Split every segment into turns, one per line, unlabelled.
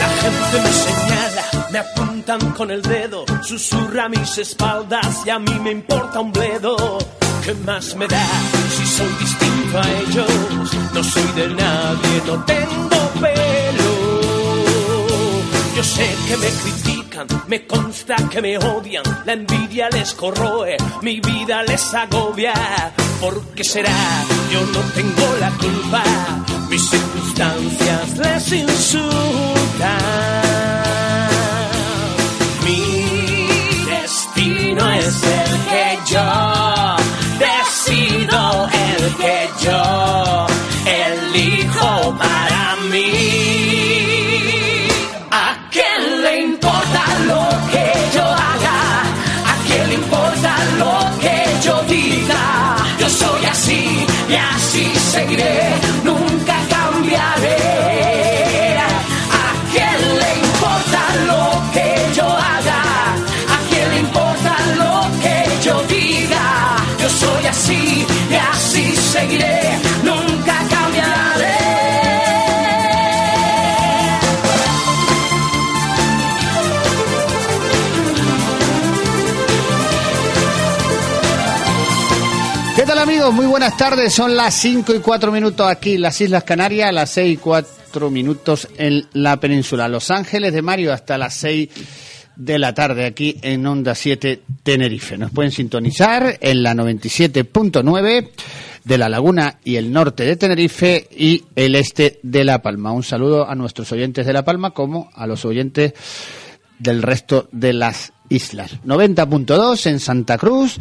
La gente me señala, me apuntan con el dedo, susurra a mis espaldas y a mí me importa un bledo. ¿Qué más me da si soy distinto a ellos? No soy de nadie, no tengo pelo. Yo sé que me critican, me consta que me odian, la envidia les corroe, mi vida les agobia. ¿Por qué será? Yo no tengo la culpa, mis circunstancias les insultan. Mi destino es el que yo decido, el que yo elijo para mí. ¿A quién le importa lo que yo haga? ¿A quién le importa lo que yo diga? Yo soy así y así seguiré, nunca cambiaré. ¿A quién le importa lo que yo haga? ¿A quién le importa lo que yo diga? Yo soy así y así seguiré, nunca cambiaré.
¿Qué tal amigos? Muy buenas tardes, son las 5 y 4 minutos aquí en las Islas Canarias, las 6 y 4 minutos en la península. Los Ángeles de Mario hasta las 6 de la tarde aquí en Onda 7 Tenerife. Nos pueden sintonizar en la 97.9 de la Laguna y el norte de Tenerife y el este de La Palma. Un saludo a nuestros oyentes de La Palma como a los oyentes del resto de las islas. 90.2 en Santa Cruz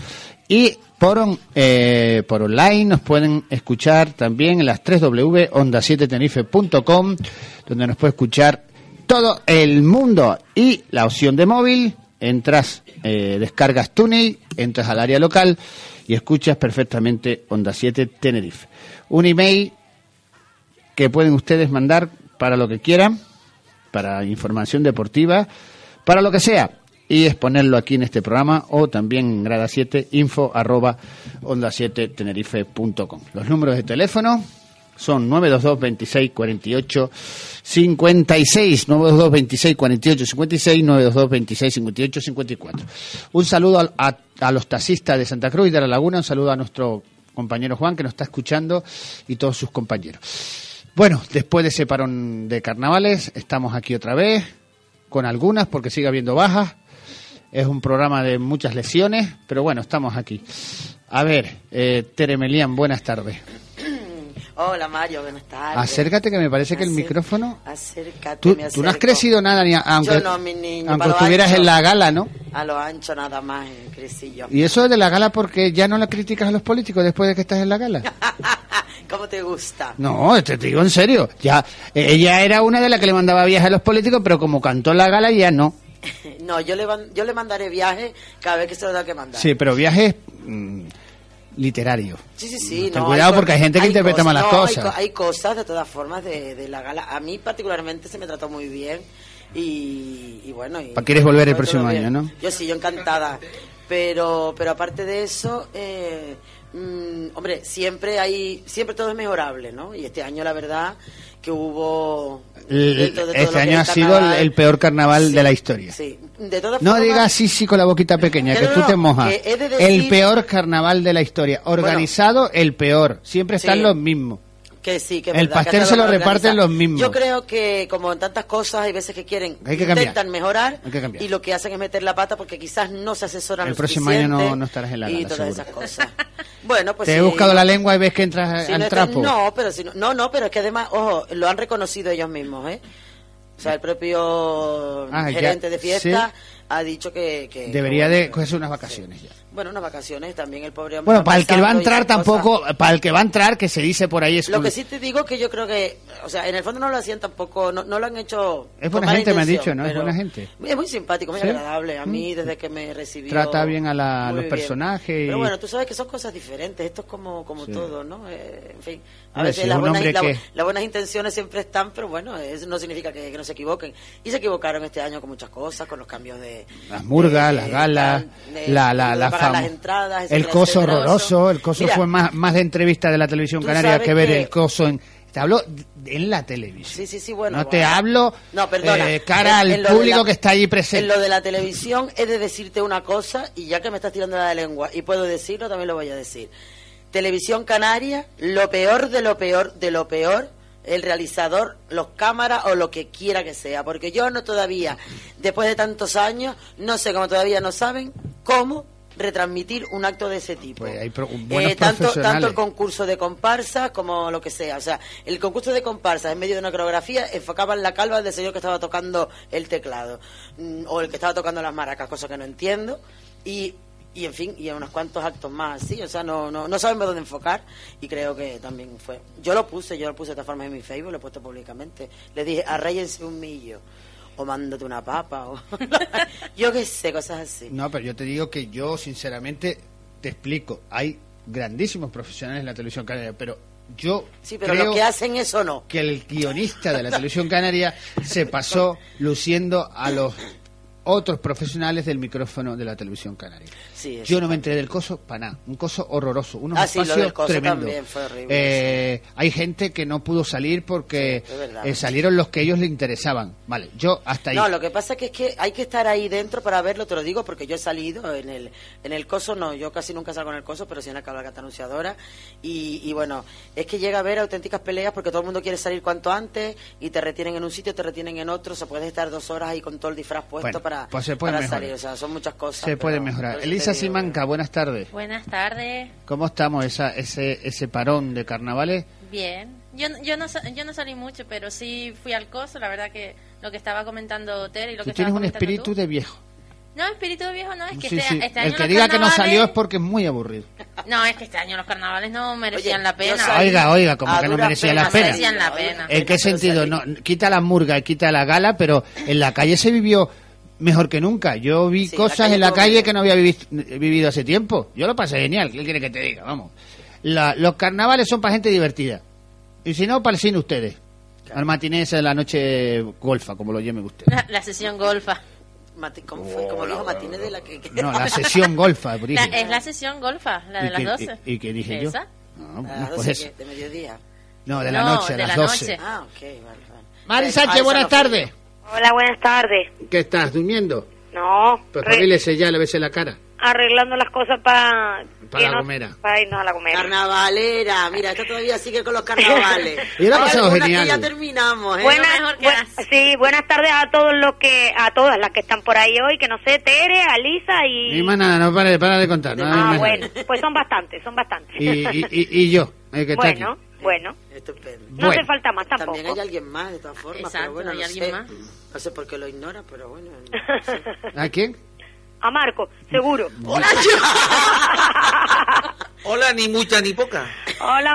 y por, on- eh, por online nos pueden escuchar también en las 3 www.onda7tenerife.com donde nos puede escuchar todo el mundo y la opción de móvil entras eh, descargas Tuning entras al área local y escuchas perfectamente Onda 7 Tenerife un email que pueden ustedes mandar para lo que quieran para información deportiva, para lo que sea. Y exponerlo aquí en este programa o también en grada 7, info arroba onda 7 tenerife.com. Los números de teléfono son 922 26 48 56, 922 26 48 56, 922 26 58 54. Un saludo al- a, a los taxistas de Santa Cruz y de la Laguna, un saludo a nuestro compañero Juan que nos está escuchando y todos sus compañeros. Bueno, después de ese parón de carnavales, estamos aquí otra vez, con algunas, porque sigue habiendo bajas. Es un programa de muchas lesiones, pero bueno, estamos aquí. A ver, eh, Tere Melián, buenas tardes.
Hola Mario, buenas tardes.
Acércate, que me parece que el
Acer-
micrófono...
Acércate,
Tú,
me
tú no has
acerco.
crecido nada, ni a- aunque,
no, mi niño,
aunque
para lo
estuvieras
ancho.
en la gala, ¿no?
A lo ancho nada más, eh, crecí yo.
Y eso es de la gala porque ya no la criticas a los políticos después de que estás en la gala.
¿Cómo te gusta?
No, te digo en serio. Ya, e, ella era una de las que le mandaba viajes a los políticos, pero como cantó en la gala ya no.
No, yo le, van- yo le mandaré viaje cada vez que se lo tenga que mandar.
Sí, pero viajes mm, literarios.
Sí, sí, sí.
Ten cuidado
co-
porque hay gente que interpreta mal las
no, hay
cosas.
co- Hay, cosas de todas formas de, de la gala. A mí particularmente se me trató muy bien y, y bueno. Y,
Pa- quieres volver el
fue todo
próximo
bien.
año, ¿no?
Yo sí, yo encantada. Pero, pero aparte de eso, eh, mm, hombre, siempre hay, siempre todo es mejorable, ¿no? Y este año la verdad que hubo
El-
dentro de todo
este
lo que
año
es
ha sido el-
carnaval.
el peor carnaval de la historia.
Sí, de todas
No
formas-
digas sí, sí con la boquita pequeña,
Que
que
no,
tú
no,
te mojas.
que he de decir-
El peor carnaval de la historia. Organizado, el peor. Siempre están
Sí.
los mismos.
Que sí, que es
El
verdad, que
pastel
todo
se lo
organiza.
reparten los mismos.
Yo creo que, como en tantas cosas, hay veces que quieren,
Hay que cambiar.
intentan mejorar
Hay que cambiar.
y lo que hacen es meter la pata porque quizás no se asesoran
El
lo
próximo año no-
suficiente
no estarás en la
Y
gala,
todas
seguro.
esas cosas. Bueno, pues
Te he
sí.
buscado la lengua y ves que entras
Si
Eh, al
no está-
trapo.
no, pero si no, no, no, pero es que además, ojo, lo han reconocido ellos mismos, ¿eh? O sea, el propio
Ah, ya,
gerente de fiesta ha dicho que... que-
Debería
que
de
bueno,
cogerse unas vacaciones ya.
Bueno, unas vacaciones también el pobre hombre.
Bueno,
está
para el que va a
pensando y
entrar
esas cosas.
tampoco, para el que va a entrar, que se dice por ahí es
Lo
un-
que sí te digo que yo creo que, o sea, en el fondo no lo hacían tampoco, no, no lo han hecho.
Es
con
buena
mala
gente, me han dicho,
intención,
¿no? Es
pero
buena gente.
Es muy simpático, muy
¿Sí? Mm.
agradable. A mí, desde que me recibió.
Trata bien a la-
muy
los
bien.
personajes y-
Pero bueno, tú sabes que son cosas diferentes. Esto es como, como todo, ¿no? Eh, en fin, a
Hombre,
veces
si
las
un
buenas,
hombre
la-
que-
las buenas intenciones siempre están, pero bueno, eso no significa que, que no se equivoquen. Y se equivocaron este año con muchas cosas, con los cambios de.
Las murgas,
de-
las galas,
eh, tal, de-
la, la,
de
la
pagar
fam-
las entradas,
el
etcétera,
coso
etcétera.
horroroso, el coso
Mira,
fue más, más de entrevista de la televisión
tú
canaria
sabes
que ver
que-
el coso en... Te hablo de- en la televisión.
Sí, sí, sí, bueno.
No te
bueno.
hablo
No, perdona.
eh, cara
En- en
al
lo de
público
la-
que está allí presente.
En lo de la televisión he de decirte una cosa, y ya que me estás tirando la lengua y puedo decirlo, también lo voy a decir. Televisión Canaria, lo peor de lo peor de lo peor, el realizador, los cámaras o lo que quiera que sea. Porque yo no todavía, después de tantos años, no sé cómo todavía no saben cómo retransmitir un acto de ese tipo.
Pues hay pro- buenos
Eh, tanto, tanto
profesionales.
el concurso de comparsas como lo que sea. O sea, el concurso de comparsas en medio de una coreografía enfocaban la calva del señor que estaba tocando el teclado mm, o el que estaba tocando las maracas, cosa que no entiendo. Y, y en fin, y en unos cuantos actos más así. O sea, no, no, no sabemos dónde enfocar y creo que también fue. Yo lo puse, yo lo puse de todas formas en mi Facebook, lo he puesto públicamente. Le dije, arréyense un millo. O mándate una papa, o yo qué sé, cosas así.
No, pero yo te digo que yo, sinceramente, te explico. Hay grandísimos profesionales en la televisión canaria, pero yo
Sí, pero
creo
lo que hacen eso no.
que el guionista de la televisión canaria se pasó luciendo a los otros profesionales del micrófono de la televisión canaria.
Sí, eso
Yo no me enteré del coso para nada, un coso horroroso, unos
Ah, sí, lo del
espacios
coso
tremendos.
también fue horrible,
Eh, Hay gente que no pudo salir porque
Sí, es verdad.
eh, salieron los que ellos le interesaban. Vale, yo hasta ahí.
No, lo que pasa que es que hay que estar ahí dentro para verlo, te lo digo, porque yo he salido en el, en el coso, no, yo casi nunca salgo en el coso, pero sí en la cabalgata anunciadora. Y, y bueno, es que llega a haber auténticas peleas porque todo el mundo quiere salir cuanto antes y te retienen en un sitio, te retienen en otro, se puedes estar dos horas ahí con todo el disfraz puesto
Bueno,
para,
pues se puede
para
mejorar.
salir. O sea, son muchas cosas.
se puede
pero-
mejorar.
pero sí te
Elisa
digo, eh.
Simanca, buenas tardes.
Buenas tardes.
¿Cómo estamos esa, ese, ese parón de carnavales?
Bien. Yo, yo, no, sa- yo no salí mucho, pero sí fui al coso. La verdad que lo que estaba comentando Ter y lo
Tú
que
tienes
estaba
un
comentando
espíritu
tú-
de viejo.
No, espíritu de viejo no, es que
Sí,
este,
sí.
este año
El que
los
diga que no
carnavales-
salió es porque es muy aburrido.
No, es que este año los carnavales no merecían
Oye,
la
yo
pena.
salí
Oiga, oiga, como
a
que no
duras
merecía la
penas, ¿eh?
pena.
salí,
Merecían la
a duras
pena.
¿En qué
pero
sentido?
salí.
No, quita la murga y quita la gala, pero en la calle se vivió mejor que nunca. Yo vi
Sí, la
cosas
calle
en la
todo
calle
bien.
que no había vivi- vivido hace tiempo. Yo lo pasé genial, ¿qué quiere que te diga? Vamos. La- los carnavales son para gente divertida. Y si no, para el cine ustedes. Al matiné ese de la noche golfa, como lo llamen ustedes.
La, la sesión golfa.
Mati- ¿cómo fue? Como dijo Martínez de la que... que-
No, la sesión golfa.
La-
dije.
es la sesión golfa, la
¿Y
de las
qué-
12.
¿Y, y qué dije
Esa. Ah,
yo? No,
a
bueno,
las
pues
12
eso.
que- de mediodía.
No, de la
No,
noche, a
de
las
la
12.
noche.
Ah, ok, vale, vale.
Mari
Eh, a
Sánchez,
esa
buenas
no fui yo.
tardes.
Hola, buenas tardes.
¿Qué estás, durmiendo?
No,
Pues
re-
arréglese ya, le besé la cara.
arreglando las cosas para...
Pa la Gomera.
Para irnos a la Gomera.
Carnavalera, mira, esta todavía sigue con los carnavales.
Y la ha
Hay
pasado
algunas
genial.
que ya terminamos, ¿eh?
Bueno. mejor que
buen-
las-
sí, buenas tardes a todos los que, a todas las que están por ahí hoy, que no sé, Tere, Alisa y...
Ni más nada, no para, para de contar. no hay
ah,
más
bueno,
nada.
pues son bastantes, son bastantes.
Y, y, y, y yo, el que está
bueno,
aquí.
bueno,
Estupendo.
no
Bueno.
hace falta más tampoco.
También hay alguien más, de todas formas, pero
Exacto,
bueno,
hay
no
alguien
sé.
más.
No sé por qué lo ignora, pero bueno. no sé.
¿A quién?
a Marco, seguro. Hola,
Hola, ni mucha ni poca.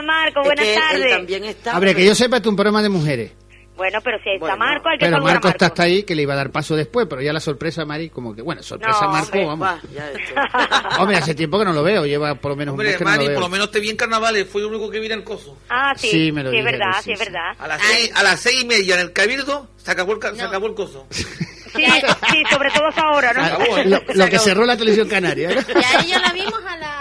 Marco,
Es
buenas
que él- él
tardes.
también está.
Hombre, que yo sepa, es un programa de mujeres.
Bueno, pero si ahí está
Bueno,
Marco, hay que
Pero
saludar
Marco
a
está hasta ahí, que le iba a dar paso después, pero ya la sorpresa, Mari, como que, bueno, sorpresa
No,
Marco,
hombre,
vamos.
Va, ya esto.
Hombre, hace tiempo que no lo veo, lleva por lo menos un mes
Hombre,
que no lo
Mari, por
veo.
lo menos te vi en carnavales, fue el único que vi en el coso.
Ah, sí,
Sí, me lo
sí, es
dijeron,
verdad,
sí,
sí, es
sí.
verdad.
A las, seis, a las seis y media en el Cabildo se acabó el, ca- se
No.
acabó el coso.
Sí, sí, sobre todo es ahora, ¿no?
Ah, Lo,
¿eh?
lo que cerró la televisión canaria. ¿eh? ¿no?
Y a ellos la vimos a las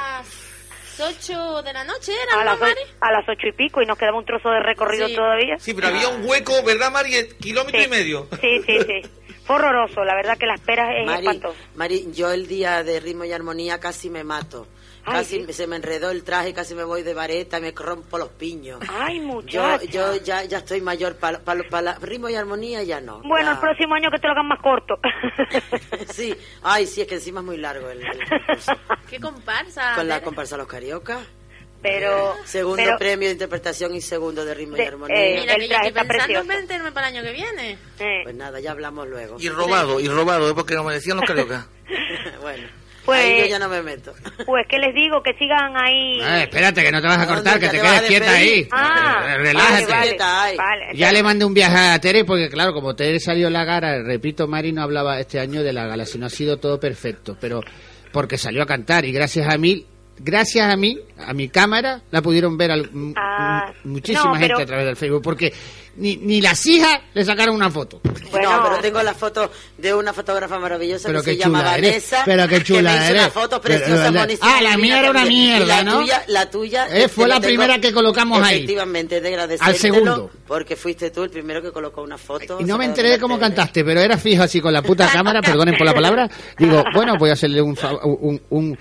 8 de la noche, ¿era,
a
no,
las,
Mari?
o- a las ocho y pico y nos quedaba un trozo de recorrido
Sí.
todavía.
Sí, pero había un hueco, ¿verdad, Mari? Kilómetro y medio.
Sí, sí, sí. Fue horroroso, la verdad que las peras es
Mari,
espantoso.
Mari, yo el día de ritmo y armonía casi me mato.
Ay,
Casi
sí.
se me enredó el traje, casi me voy de vareta, me rompo los piños.
Ay,
Yo,
muchacho.
yo ya, ya estoy mayor para ritmo y armonía, ya no.
Bueno,
Ya-
el próximo año que te lo hagan más corto.
Sí, ay, sí, es que encima es muy largo el, el concurso.
¿Qué comparsa?
Con la
Tere?
comparsa Los Cariocas.
Pero.
Segundo
pero-
premio de interpretación y segundo de ritmo y
De-
armonía.
eh,
Mira,
El
que yo estoy
traje está
pensando en
precioso.
meterme para el año que viene.
eh,
Pues nada, ya hablamos luego.
Y robado, y robado, ¿eh? porque no me decían los cariocas.
bueno,
Pues-
ahí yo ya no me meto.
Pues, ¿qué les digo? Que sigan ahí.
Ah, espérate, que no te vas a
¿Dónde
cortar, que
te
te
vas
quedes
a
quieta
despedir?
ahí.
Ah,
Eh,
Relájate.
Vale,
Ay.
vale, vale.
Ya le mandé un viaje a Tere porque, claro, como Tere salió la gara, repito, Mari no hablaba este año de la gala, sino ha sido todo perfecto, pero porque salió a cantar y gracias a mí, gracias a mí, a mi cámara, la pudieron ver al- m-
Ah,
m- muchísima
no,
gente
pero-
a través del Facebook, porque ni, ni las hijas le sacaron una foto.
Bueno.
no, pero tengo la foto de una fotógrafa maravillosa
Pero
que se
qué
llama
chula eres,
Vanessa.
pero qué chula
que me hizo
eres.
Una foto
Pero,
preciosa,
la-
monísima,
ah, la
divina
mía era una
también. Y
mierda,
la
¿no?
Tuya, la tuya. este,
Eh, fue
te
la
lo
primera que colocamos ahí.
Efectivamente, de agradecértelo.
Al segundo.
Porque fuiste tú el primero que colocó una foto.
Y no me
sacada
enteré
la
de cómo
tele.
cantaste, pero era fijo así con la puta cámara, perdonen por la palabra. Digo, bueno, voy a hacerle un, fa- un, un,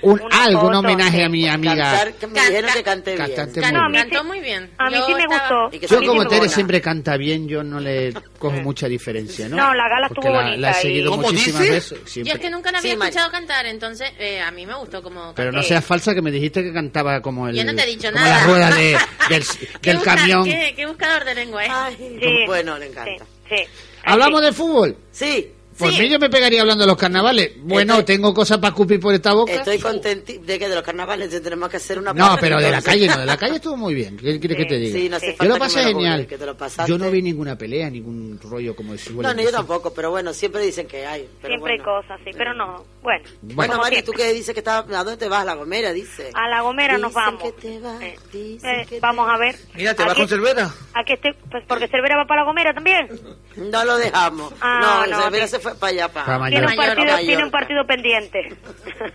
un-
Una
algo, un
foto,
homenaje
sí,
a mi amiga.
Cantar, que me
Canta-
dijeron que canté bien.
Cantaste
Can-
muy bien.
Cantó muy bien.
A mí
Yo
sí me
estaba-
gustó.
Y que
Yo
soy
como
muy
Tere
buena.
siempre canta bien, yo no le cojo mucha diferencia, ¿no?
No, la gala
Porque
estuvo
la,
bonita
La he
y-
seguido
¿Cómo
muchísimas
dice?
veces.
Yo es que
siempre.
nunca la había
Sí, Mari.
escuchado cantar, entonces eh, a mí me gustó como
Pero no
canté.
seas falsa que me dijiste que cantaba como el...
Yo no te he dicho
como
nada.
la rueda de- del,
¿Qué
del
busca-
camión.
Qué, qué buscador de lengua es.
Ay,
Sí.
bueno, le encanta.
Sí, sí.
Hablamos
Así.
de fútbol.
Sí,
Por mí yo me pegaría hablando de los carnavales. Bueno,
Estoy-
tengo cosas para escupir por esta boca.
estoy contenta de que de los carnavales tenemos que hacer una
No,
parte
pero de la
entonces.
calle no, de la calle estuvo muy bien. ¿Qué quieres que te diga?
Sí, no hace
yo
falta
lo
que
pasé
me lo
genial.
juzgues, que te lo pasaste.
yo no vi ninguna pelea, ningún rollo como decir.
No, no, yo tampoco, pero bueno, siempre dicen que hay. Pero
Siempre hay
bueno.
cosas, sí, pero no. Bueno.
Bueno,
como
Mari,
siempre.
¿tú qué dices que estás? ¿A dónde te vas? A La Gomera, dice.
A La Gomera nos
Dicen
vamos.
que te vas,
Eh,
dicen
eh,
que te
vamos a ver.
Mira, te vas con Cervera.
Aquí estoy, pues porque Cervera va para La Gomera también.
No lo dejamos.
Ah,
no,
no,
Cervera
sí.
se fue para allá, para,
Para
Tiene un
Mallorca.
partido,
Mallorca.
tiene un partido pendiente.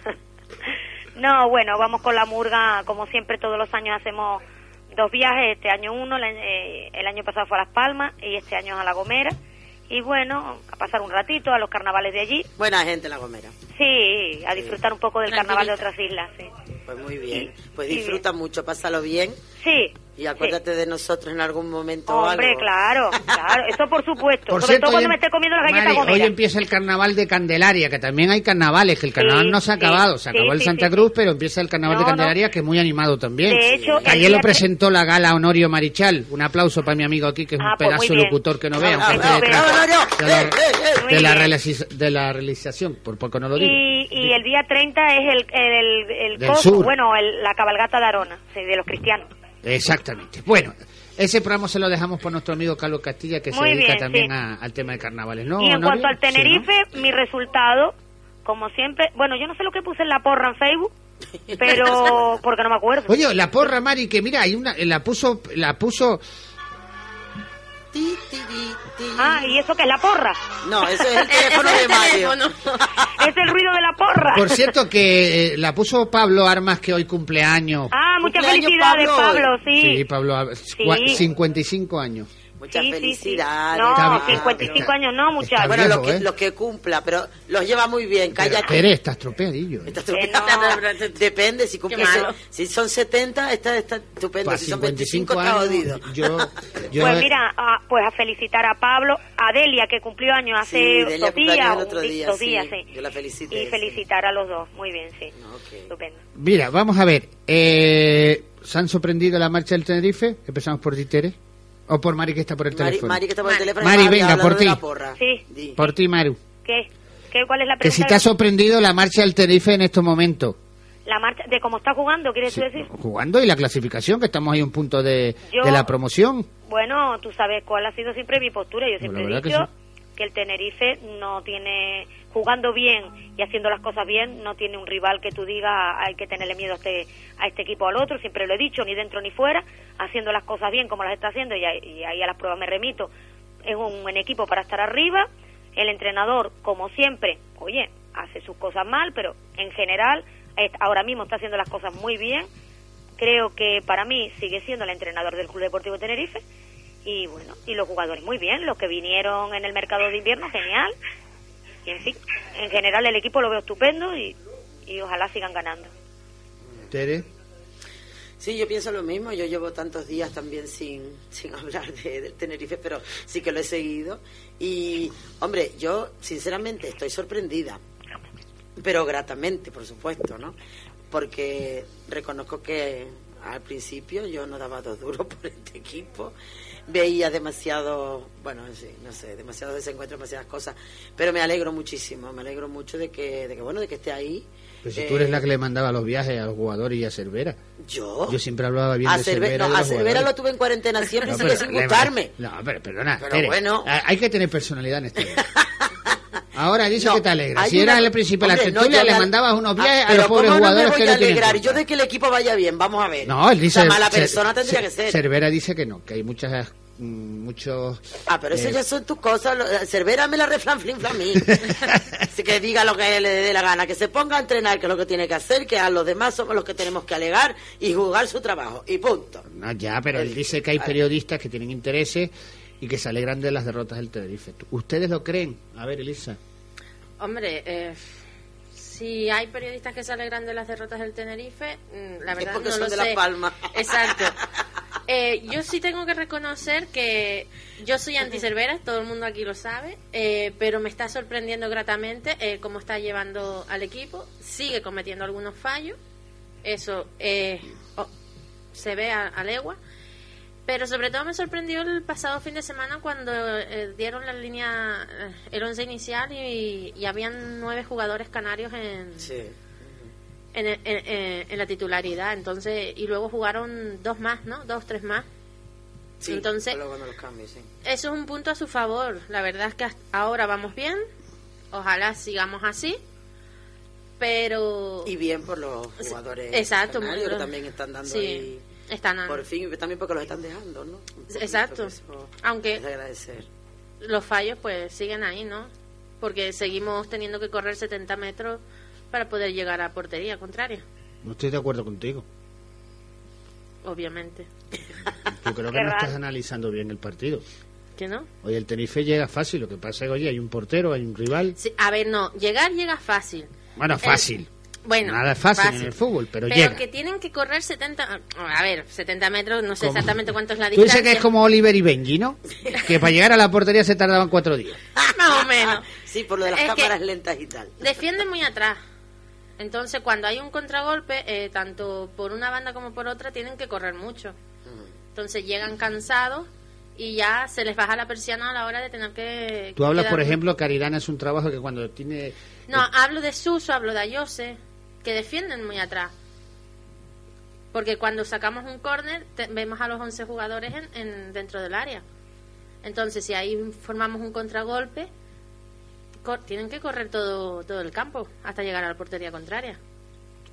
no, bueno, vamos con la murga, como siempre todos los años hacemos dos viajes, este año uno, el año- eh, el año pasado fue a Las Palmas y este año a La Gomera. Y bueno, a pasar un ratito a los carnavales de allí.
Buena gente, La Gomera.
Sí, a disfrutar un poco del carnaval de
Tranquilita.
otras islas. Sí,
Pues muy bien.
Sí,
Pues
sí,
disfruta mucho, pásalo bien.
sí.
Y acuérdate de nosotros en algún
sí.
momento o
Hombre,
algo.
claro, claro, eso por supuesto.
Por
Sobre
cierto,
todo
hoy
cuando
em-
me esté comiendo las galletas
Mari,
Gomera.
Hoy empieza el carnaval de Candelaria, que también hay carnavales, que el carnaval
Sí,
no se ha
sí,
acabado. Se
sí,
acabó el
sí,
Santa
sí,
Cruz,
sí.
pero empieza el carnaval de
No, no.
Candelaria, que es muy animado también.
De hecho, el
Ayer lo
día que-
presentó la gala Honorio Marichal. Un aplauso para mi amigo aquí, que es un
Ah, pues muy
pedazo
bien.
locutor que no
Ah,
vea.
ah,
aunque esté
ah,
detrás
ah, Honorio,
de la-
eh, eh, eh.
Muy
de la
bien.
realiza- de la realización, por poco no lo digo.
Y, y el día 30 es el, el, el, el
Del
coco,
sur.
bueno, el- la cabalgata de Arona, sí, de los cristianos.
Exactamente. Bueno, ese programa se lo dejamos por nuestro amigo Carlos Castilla, que se
Muy
dedica
bien,
también
sí.
a- al tema de carnavales, ¿no?
y en
Honorio?
cuanto al
Sí, ¿no?
Tenerife, mi resultado, como siempre, bueno, yo no sé lo que puse en la porra en Facebook, pero porque no me acuerdo.
Oye, la porra, Mari, que mira, hay una, eh, la puso, la puso,
Ti, ti, ti, ti.
Ah, ¿y eso qué es la porra?
No, ese es el
Ese
teléfono
es
de
el
Mario.
teléfono.
Es el ruido de la porra.
por cierto que eh, la puso Pablo Armas, que hoy cumpleaños.
ah, muchas
Cumpleaños,
felicidades,
Pablo.
Pablo, sí.
Sí, Pablo, Ar- cua- 55 años.
Muchas
Sí, sí, sí.
felicidades.
No,
Mario.
Está-
55 años no, muchachos.
está
Bueno,
viejo,
los que,
¿eh?
los que cumpla, pero los lleva muy bien.
Pero,
Cállate.
Tere, estás tropeadillo. eh.
Está
Que
estupendo.
no.
Depende, si cumple.
Qué malo.
Si son 70, está, está estupendo.
Pa'
si son 25, está jodido.
yo, yo-
Pues mira, ah, pues a felicitar a Pablo, a Delia que cumplió años hace
Sí, Delia
dos
cumplió años
días,
el otro
un-
día,
dos
sí.
días, sí.
Yo la felicité,
Y
sí. Ah,
felicitar a los dos, muy bien, sí.
Ok.
Estupendo.
mira, vamos a ver. eh, ¿Se han sorprendido la marcha del Tenerife? Empezamos por ti, Tere. O por Mari, que está por el
Mari,
teléfono.
Mari, que está por el
Mari.
teléfono.
Mari,
Mari,
venga,
hablando
por
de
ti.
la porra.
Sí.
Di.
Por ti, Maru.
¿Qué? ¿Qué ¿Cuál es la
Que
pregunta?
si te ha sorprendido la marcha del Tenerife en estos momentos.
La marcha, de cómo está jugando, ¿quieres tú decir?
Jugando y la clasificación, que estamos ahí a un punto de,
Yo-
de la promoción. Pues
Bueno, tú sabes cuál ha sido siempre mi postura. Yo siempre he
verdad que
dicho que, el Tenerife no tiene, jugando bien y haciendo las cosas bien, no tiene un rival que tú digas hay que tenerle miedo a este, a este equipo o al otro. Siempre lo he dicho, ni dentro ni fuera, haciendo las cosas bien como las está haciendo, y, ahí- y ahí a las pruebas me remito. Es un buen equipo para estar arriba. El entrenador, como siempre, oye, hace sus cosas mal, pero en general, eh, ahora mismo está haciendo las cosas muy bien creo que para mí sigue siendo el entrenador del Club Deportivo Tenerife y bueno, y los jugadores muy bien, los que vinieron en el mercado de invierno, genial. Y en fin, en general el equipo lo veo estupendo y, y ojalá sigan ganando.
Tere.
Sí, yo pienso lo mismo. Yo llevo tantos días también sin, sin hablar de, del Tenerife, pero sí que lo he seguido. Y, hombre, yo sinceramente estoy sorprendida, pero gratamente, por supuesto, ¿no? Porque reconozco que al principio yo no daba dos duros por este equipo. Veía demasiado, bueno, sí, no sé, demasiados desencuentros, demasiadas cosas. Pero me alegro muchísimo, me alegro mucho de que, de que bueno, de que esté ahí.
Pues
Eh,
si tú eres la que le mandaba los viajes a los jugadores y a Cervera.
Yo.
Yo siempre hablaba bien
Oh. a
de
Cerve-
Cervera.
no,
y de
a
los
Cervera
jugadores.
lo tuve en cuarentena siempre
No,
sin
pero
que sin
le-
gustarme.
No, pero perdona.
Pero
Tere,
bueno.
a- Hay que tener personalidad en este Ahora dice
No,
que te alegras.
hay
Si
una-
eras el principal de la
Hombre, no,
tertulia,
yo
le
me-
mandabas unos
Ah,
viajes a
pero
los pobres
¿cómo
jugadores
no me
que
voy
no
a
tienen
alegrar?
culpa.
Yo de que el equipo vaya bien, vamos a ver.
No, él dice.
La mala
Cer-
persona tendría
Cer-
que ser.
Cervera dice que no, que hay muchas. mm, Muchos.
Ah, pero eso
eh,
ya son tus cosas. lo- Cervera me la reflanflinfla a mí. Así que diga lo que le dé la gana. Que se ponga a entrenar, que es lo que tiene que hacer, que a los demás somos los que tenemos que alegar y jugar su trabajo. Y punto.
No, ya, pero él dice que hay periodistas que tienen intereses y que se alegran de las derrotas del Tenerife. ¿Ustedes lo creen? A ver, Elisa.
Hombre, eh, si hay periodistas que se alegran de las derrotas del Tenerife, mm, la
Es
verdad
porque
no
son
lo sé.
de La Palma.
Exacto. Eh, yo sí tengo que reconocer que yo soy anti Cervera, todo el mundo aquí lo sabe, eh, pero me está sorprendiendo gratamente eh, cómo está llevando al equipo. Sigue cometiendo algunos fallos, eso eh, oh, se ve a, a legua. Pero sobre todo me sorprendió el pasado fin de semana cuando eh, dieron la línea, eh, el once inicial y, y habían nueve jugadores canarios en,
Sí.
en, en- en- en la titularidad. entonces Y luego jugaron dos más, ¿no? Dos, tres más.
Sí,
Entonces-
luego no los cambios, sí.
Eso es un punto a su favor. La verdad es que hasta ahora vamos bien. Ojalá sigamos así. Pero...
Y bien por los jugadores.
Exacto,
canarios que
pero-
también están dando
sí,
ahí.
están-
Por fin, y también porque los están dejando, ¿no? Un poquito,
Exacto.
que eso
Aunque-
es de agradecer.
los fallos pues siguen ahí, ¿no? Porque seguimos teniendo que correr 70 metros para poder llegar a portería contraria,
No estoy de acuerdo contigo.
obviamente.
Yo creo que
Qué
no estás
raro.
analizando bien el partido.
¿Que no?
Oye, el Tenerife llega fácil. Lo que pasa es que, oye, hay un portero, hay un rival.
Sí, a ver, no, llegar llega fácil.
Bueno,
El-
fácil.
bueno,
Nada es fácil en el fútbol, pero llega.
que tienen que correr 70, a ver, 70 metros, no sé
Como-
exactamente cuánto es la
Tú
distancia.
dices que es como Oliver y Benji, ¿no? Que para llegar a la portería se tardaban cuatro días.
Más o menos.
Sí, por lo de las
Es que-
cámaras lentas y tal.
defiende muy atrás. Entonces, cuando hay un contragolpe, eh, tanto por una banda como por otra, tienen que correr mucho.
Mm.
Entonces, llegan cansados y ya se les baja la persiana a la hora de tener que.
Tú hablas,
que
por
dar-
ejemplo, que Arirana es un trabajo que cuando tiene...
No,
Eh.
hablo de Suso, hablo de Ayose, que defienden muy atrás. Porque cuando sacamos un córner, te- vemos a los 11 jugadores en, en- dentro del área. Entonces, si ahí formamos un contragolpe, cor- tienen que correr todo, todo el campo hasta llegar a la portería contraria.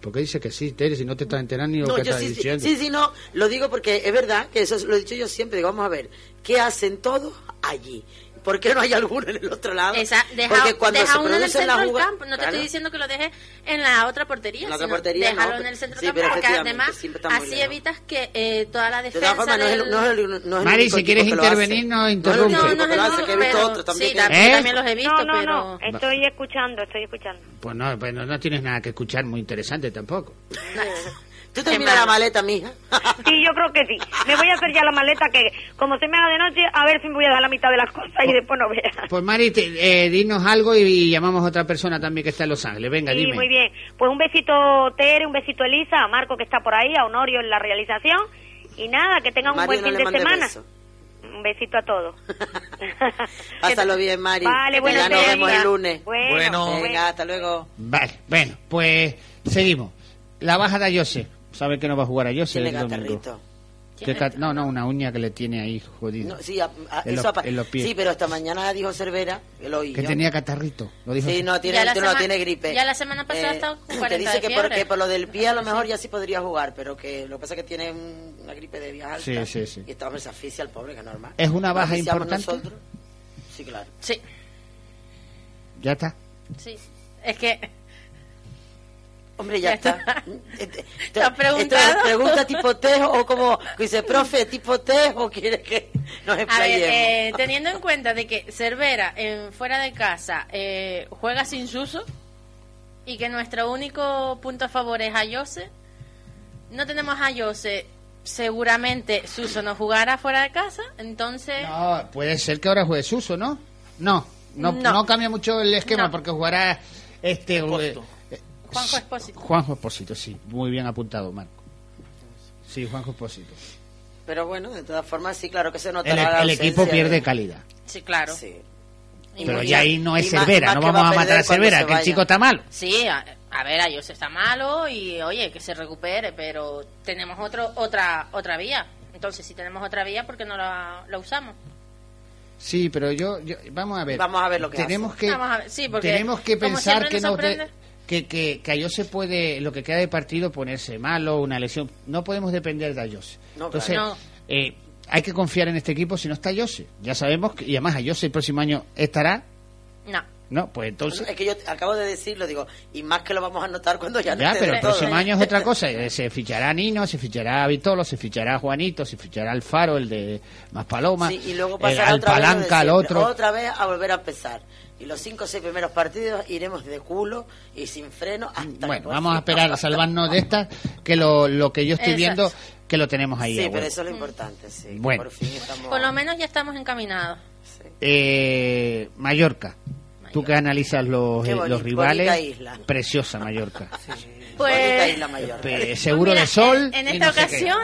¿Por qué dices que sí, Tere, si no te estás enterando ni lo
No,
que
yo
estás
sí, sí,
diciendo?
sí, sí, no, lo digo porque es verdad que eso es- lo he dicho yo siempre. Digo, vamos a ver, ¿qué hacen todos allí? ¿Por qué no hay alguno en el otro lado?
Esa- deja
porque cuando
deja
se
uno en el
producen las
centro del
jugadas-
campo. No te
Claro.
estoy diciendo que lo dejes en la otra portería.
En la otra
sino
portería, no,
Déjalo en
pero-
el centro
sí,
del
pero
campo porque
efectivamente,
además
siempre está muy
así
lejos.
evitas que eh, toda la
De todas
defensa.
formas, no es
del-
el, no es el- no es el único
Mari, si
equipo
quieres
que lo hace.
intervenir, no
No,
interrumpe.
es el único
No,
equipo que lo hace, que he visto
pero-
otros también
sí,
que-
también,
¿Eh?
también los he visto,
No, no,
pero...
no, estoy escuchando, estoy escuchando.
Pues no, pues no, no tienes nada que escuchar muy interesante tampoco.
Tú terminas la
malo.
maleta, mija.
Sí, yo creo que sí. Me voy a hacer ya la maleta que, como se me haga de noche, a ver si me voy a dar la mitad de las cosas
Oh.
y después no veas.
Pues Mari, te- eh, dinos algo y, y llamamos a otra persona también que está en Los Ángeles. Venga,
Sí,
dime.
muy bien. Pues un besito Tere, un besito Elisa, a Marco que está por ahí, a Honorio en la realización. Y nada, que tengan un
Mario,
buen
no
fin
le
de
mandes
semana.
beso.
Un besito a todos.
Pásalo bien, Mari.
Vale, buenas
Ya nos
noches.
vemos el lunes.
Bueno,
Bueno.
bueno.
Venga, hasta luego.
Vale, bueno, pues seguimos. La baja de Ayose. ¿Sabe que no va a jugar Ayose
Tiene
el domingo?
catarrito.
Que ca- No, no, una uña que le tiene ahí jodido.
No, sí, a- a-
En
eso
los-
apa-
en los pies.
sí, pero esta mañana dijo Cervera, que lo oí
que
yo.
tenía catarrito. Lo dijo
Sí,
así.
no tiene,
Ya la
no
semana-
tiene gripe.
ya la semana pasada ha estado con
Te
40
dice
de
que por,
fiebre.
que por lo del pie a lo mejor ya sí podría jugar, pero que lo que pasa es que tiene un- una gripe de vías altas.
Sí, sí, sí.
Y estaba esa asfixia al pobre, que es normal.
¿Es una
Lo
baja
asfixiamos
importante?
nosotros. Sí, claro.
Sí,
Ya está.
sí. Es que
Hombre, ya
Ya
está.
está.
Este-
¿Te has
esto es
preguntado?
pregunta tipo tejo o como que dice, profe, tipo tejo, quiere que... nos
A ver,
explayemos.
eh, teniendo en cuenta de que Cervera en fuera de casa eh, juega sin Suso y que nuestro único punto a favor es Ayose, no tenemos a Ayose, seguramente Suso no jugará fuera de casa, entonces
No, puede ser que ahora juegue Suso, ¿no? No, no,
No.
no cambia mucho el esquema
No.
porque jugará este
Espósito.
eh,
Juanjo Espósito.
Juanjo Espósito, sí, muy bien apuntado, Marco. Sí, Juanjo Espósito.
Pero bueno, de todas formas, sí, claro que se nota
El,
la
el
ausencia
equipo
de-
pierde calidad.
sí, claro. Sí,
Sí. Y
Pero
mucho-
ya ahí no es
y más-
Cervera,
más
no
que
vamos
va
a matar a
perder cuando
Cervera,
se
que el
vaya.
chico está malo.
a, a ver, Ayose está malo y oye, que se recupere, pero tenemos otro, otra, otra vía. Entonces, si tenemos otra vía, ¿por qué no la, la usamos?
Sí, pero yo, yo- vamos a ver.
Vamos a ver lo que
tenemos
hace.
que
Vamos a ver, sí, porque
tenemos que
como
pensar
siempre
que
nos
nos de-
sorprende.
que que que Ayose puede lo que queda de partido ponerse malo, una lesión. No podemos depender de Ayose.
No,
Entonces,
claro. No.
eh, hay que confiar en este equipo si no está Ayose. Ya sabemos que y además Ayose el próximo año estará,
No.
¿no? Pues entonces
Es que yo acabo de decirlo, digo, y más que lo vamos a notar cuando ya no
Ya,
esté
pero el
del
próximo
todo.
año es otra cosa. Eh, Se fichará Nino, se fichará Vitolo, se fichará Juanito, se fichará Alfaro, el de Más Paloma,
Sí, y luego
el
pasará
al
otra vez lo de
Palanca, al
siempre,
otro.
Otra vez a volver a empezar. Y los cinco o seis primeros partidos iremos de culo y sin freno hasta que
Bueno,
por
vamos
fin-
a esperar a salvarnos de estas, que lo, lo que yo estoy
Exacto.
viendo, que lo tenemos ahí.
Sí,
a huevo.
pero eso es lo importante, sí. que
Bueno.
Por fin estamos...
Por lo menos ya estamos encaminados.
sí.
Eh, Mallorca. Tú que analizas los,
Qué
eh,
boni-
los rivales,
bonita isla.
preciosa Mallorca.
Bonita
Pues,
isla mayor.
Eh, seguro
mira,
de sol.
Pues, En, en
y
esta
no sé qué.
ocasión,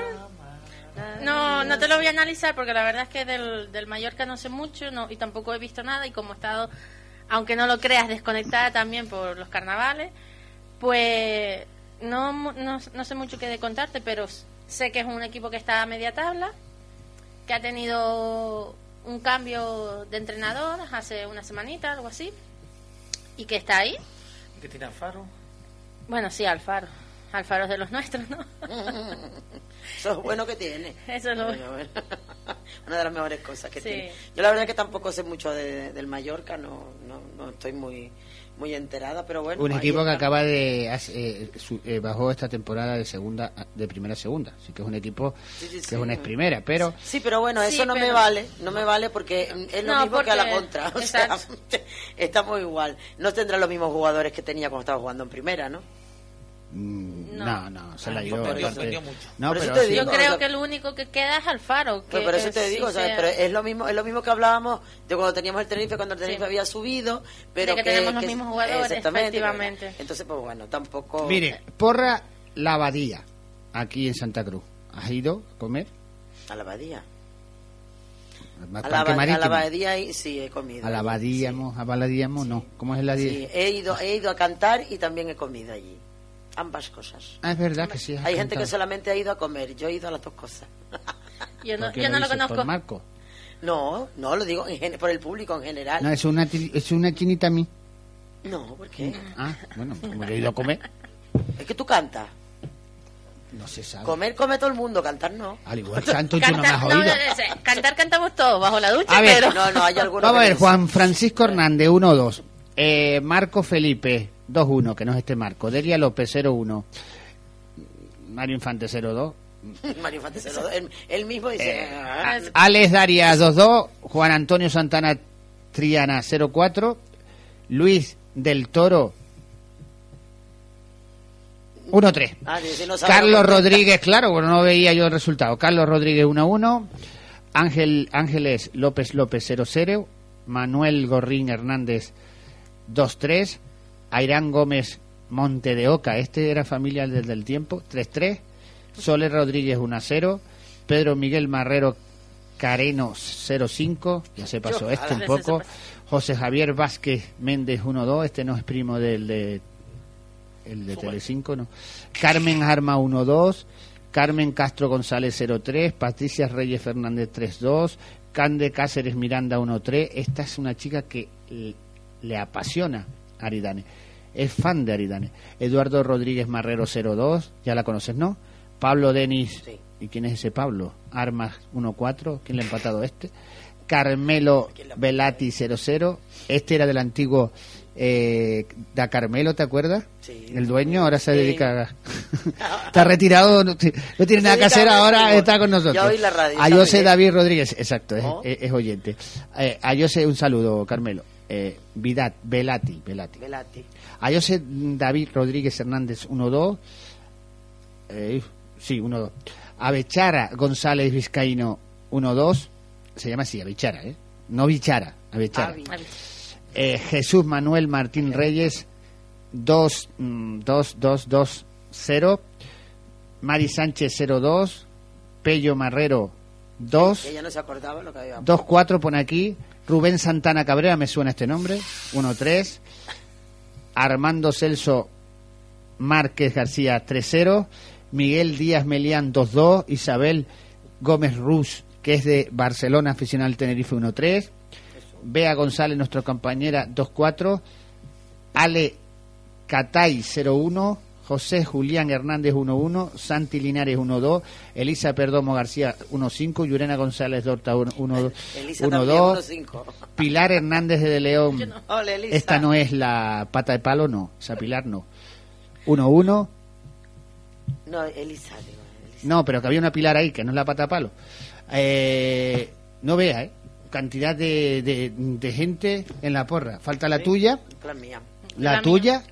no, no te lo voy a analizar porque la verdad es que del, del Mallorca no sé mucho no, y tampoco he visto nada. Y como he estado, aunque no lo creas, desconectada también por los carnavales, pues no, mu- no, no sé mucho que de contarte, pero s- sé que es un equipo que está a media tabla, que ha tenido un cambio de entrenador hace una semanita, algo así, y que está ahí.
Que tiene Alfaro.
Bueno, sí, Alfaro. Alfaro es de los nuestros, ¿no?
Mm.
Eso es bueno que tiene.
Eso es lo
Bueno, bueno. Una de las mejores cosas que
Sí.
tiene. Yo la verdad que tampoco sé mucho de- del Mallorca, no, no, no estoy muy muy enterada, pero bueno.
Un
ahí
equipo que
está.
acaba de hace- eh, su- eh, bajó esta temporada de segunda a- de primera a segunda, así que es un equipo
Sí, sí,
que
sí.
es una ex primera, pero
Sí, pero bueno,
Sí,
eso no me
pero-
vale, no me vale porque mm, es lo
No,
mismo que a la
porque-
contra. O sea,
exacto.
estamos igual. No tendrá los mismos jugadores que tenía cuando estaba jugando en primera, ¿no?
mm, no, no, se la
Ah,
llevó.
pero
aparte.
se vendió mucho.
No,
Por eso
pero
te
sí,
digo,
Yo
Sí, o
creo
sea-
que lo único que queda es Alfaro. Que
Pues por eso
eh,
te
sí
digo, ¿sabes?
sea-
Pero es lo mismo, es lo mismo que hablábamos de cuando teníamos el Tenerife, cuando el Tenerife había subido, pero
De que tenemos los mismos jugadores, efectivamente.
¿verdad? Entonces, pues bueno, tampoco.
Mire, porra la abadía aquí en Santa Cruz. ¿Has ido a comer?
A la abadía.
Más
A
parque
la, Aba- a la
marítimo.
abadía y- sí he comido.
A la abadía,
Sí.
mo- a Baladía, mo, no. ¿Cómo es la abadía?
Sí, eh, he ido, he ido a cantar y también he comido allí. Ambas cosas.
Ah, es verdad que sí. has
Hay gente que
contado.
solamente ha ido a comer, yo he ido a las dos cosas.
Yo no,
¿Por qué
yo no lo
dices, por
conozco.
Marco.
No, no, lo digo en gen- por el público en general.
No, es una, ti- es una chinita a mí.
No, ¿por qué?
Ah, bueno, como yo he ido a comer,
Es que tú cantas.
no se sabe.
Comer come todo el mundo, cantar no.
Al igual, Santo, tú no me
Cantar,
has
no,
oído.
no, no, no, cantar cantamos todos bajo la ducha,
A ver,
pero
No, no, hay algunos
Ah, Vamos a
que
ver,
no.
Juan Francisco Hernández, 1-2. Eh, Marco Felipe, 2-1, que no es este Marco. Delia López, 0-1. Mario Infante, 0-2.
Mario Infante se lo doy. Él, él mismo dice. "Ah".
es-
Eh, Alex Daria, 2-2. Juan Antonio Santana Triana, 0-4. Luis del Toro, 1-3.
Ah, dice, no sabe lo
Carlos
que-
Rodríguez, claro, bueno, no veía yo el resultado. Carlos Rodríguez 1-1, Ángel Ángeles López López 0-0, Manuel Gorrín Hernández 2-3, Airán Gómez Monte de Oca, este era familiar desde el tiempo, 3-3, Soler Rodríguez 1-0, Pedro Miguel Marrero Careno 0-5, ya se pasó
Yo,
este un
veces
poco,
se pasa.
José Javier Vázquez Méndez 1-2, este no es primo del de el de Telecinco, no. Carmen Arma 1-2, Carmen Castro González 0-3, Patricia Reyes Fernández 3-2, Cande Cáceres Miranda 1-3. Esta es una chica que eh, l- le apasiona a Aridane. Es fan de Aridane. Eduardo Rodríguez Marrero 0-2, ya la conoces, ¿no? Pablo Denis.
Sí.
¿Y quién es ese Pablo? Armas 1-4, ¿quién le ha empatado este? Carmelo Velati 0-0, este era del antiguo eh, Da Carmelo, ¿te acuerdas?
Sí.
El dueño ahora se
Sí.
dedica a... está retirado, no, ti- no tiene
Se
nada que
dedica
hacer,
a-
ahora está con nosotros.
Ya oí la radio,
A
está
José
muy bien.
David Rodríguez, exacto, es,
Oh.
es- es oyente. Eh, a José, un saludo, Carmelo. Eh, Vidat, Velati, Velati.
Velati.
A José David Rodríguez Hernández 1-2. Eh, sí, 1-2. A Bechara González Vizcaíno 1-2. Se llama así, Abechara, ¿eh? No Bichara, Abechara.
Avi.
Eh, Jesús Manuel Martín Reyes mm, 2 2 2 2 0 Mari Sánchez 02 Pello Marrero 2
Ella no se acordaba lo que había.
2-4 pone aquí. Rubén Santana Cabrera, me suena este nombre. 1-3. Armando Celso Márquez García, 3-0. Miguel Díaz Melián, 2-2. Isabel Gómez Ruz, que es de Barcelona, aficionada al Tenerife, 1-3. Bea González, nuestra compañera, 2-4. Ale Catay 01, José Julián Hernández 11, Santi Linares 12, Elisa Perdomo García 15, Yurena González Dorta 12,
Elisa también,
12,
1-5.
Pilar Hernández de León.
Hola, Elisa.
Esta no es la pata de palo, no, esa Pilar no. 11,
No, Elisa, digo. Elisa.
no, pero que había una Pilar ahí que no es la pata de palo. Eh, no vea, ¿eh? Cantidad de, de- de gente en la porra. Falta la tuya.
La mía.
La,
La
tuya,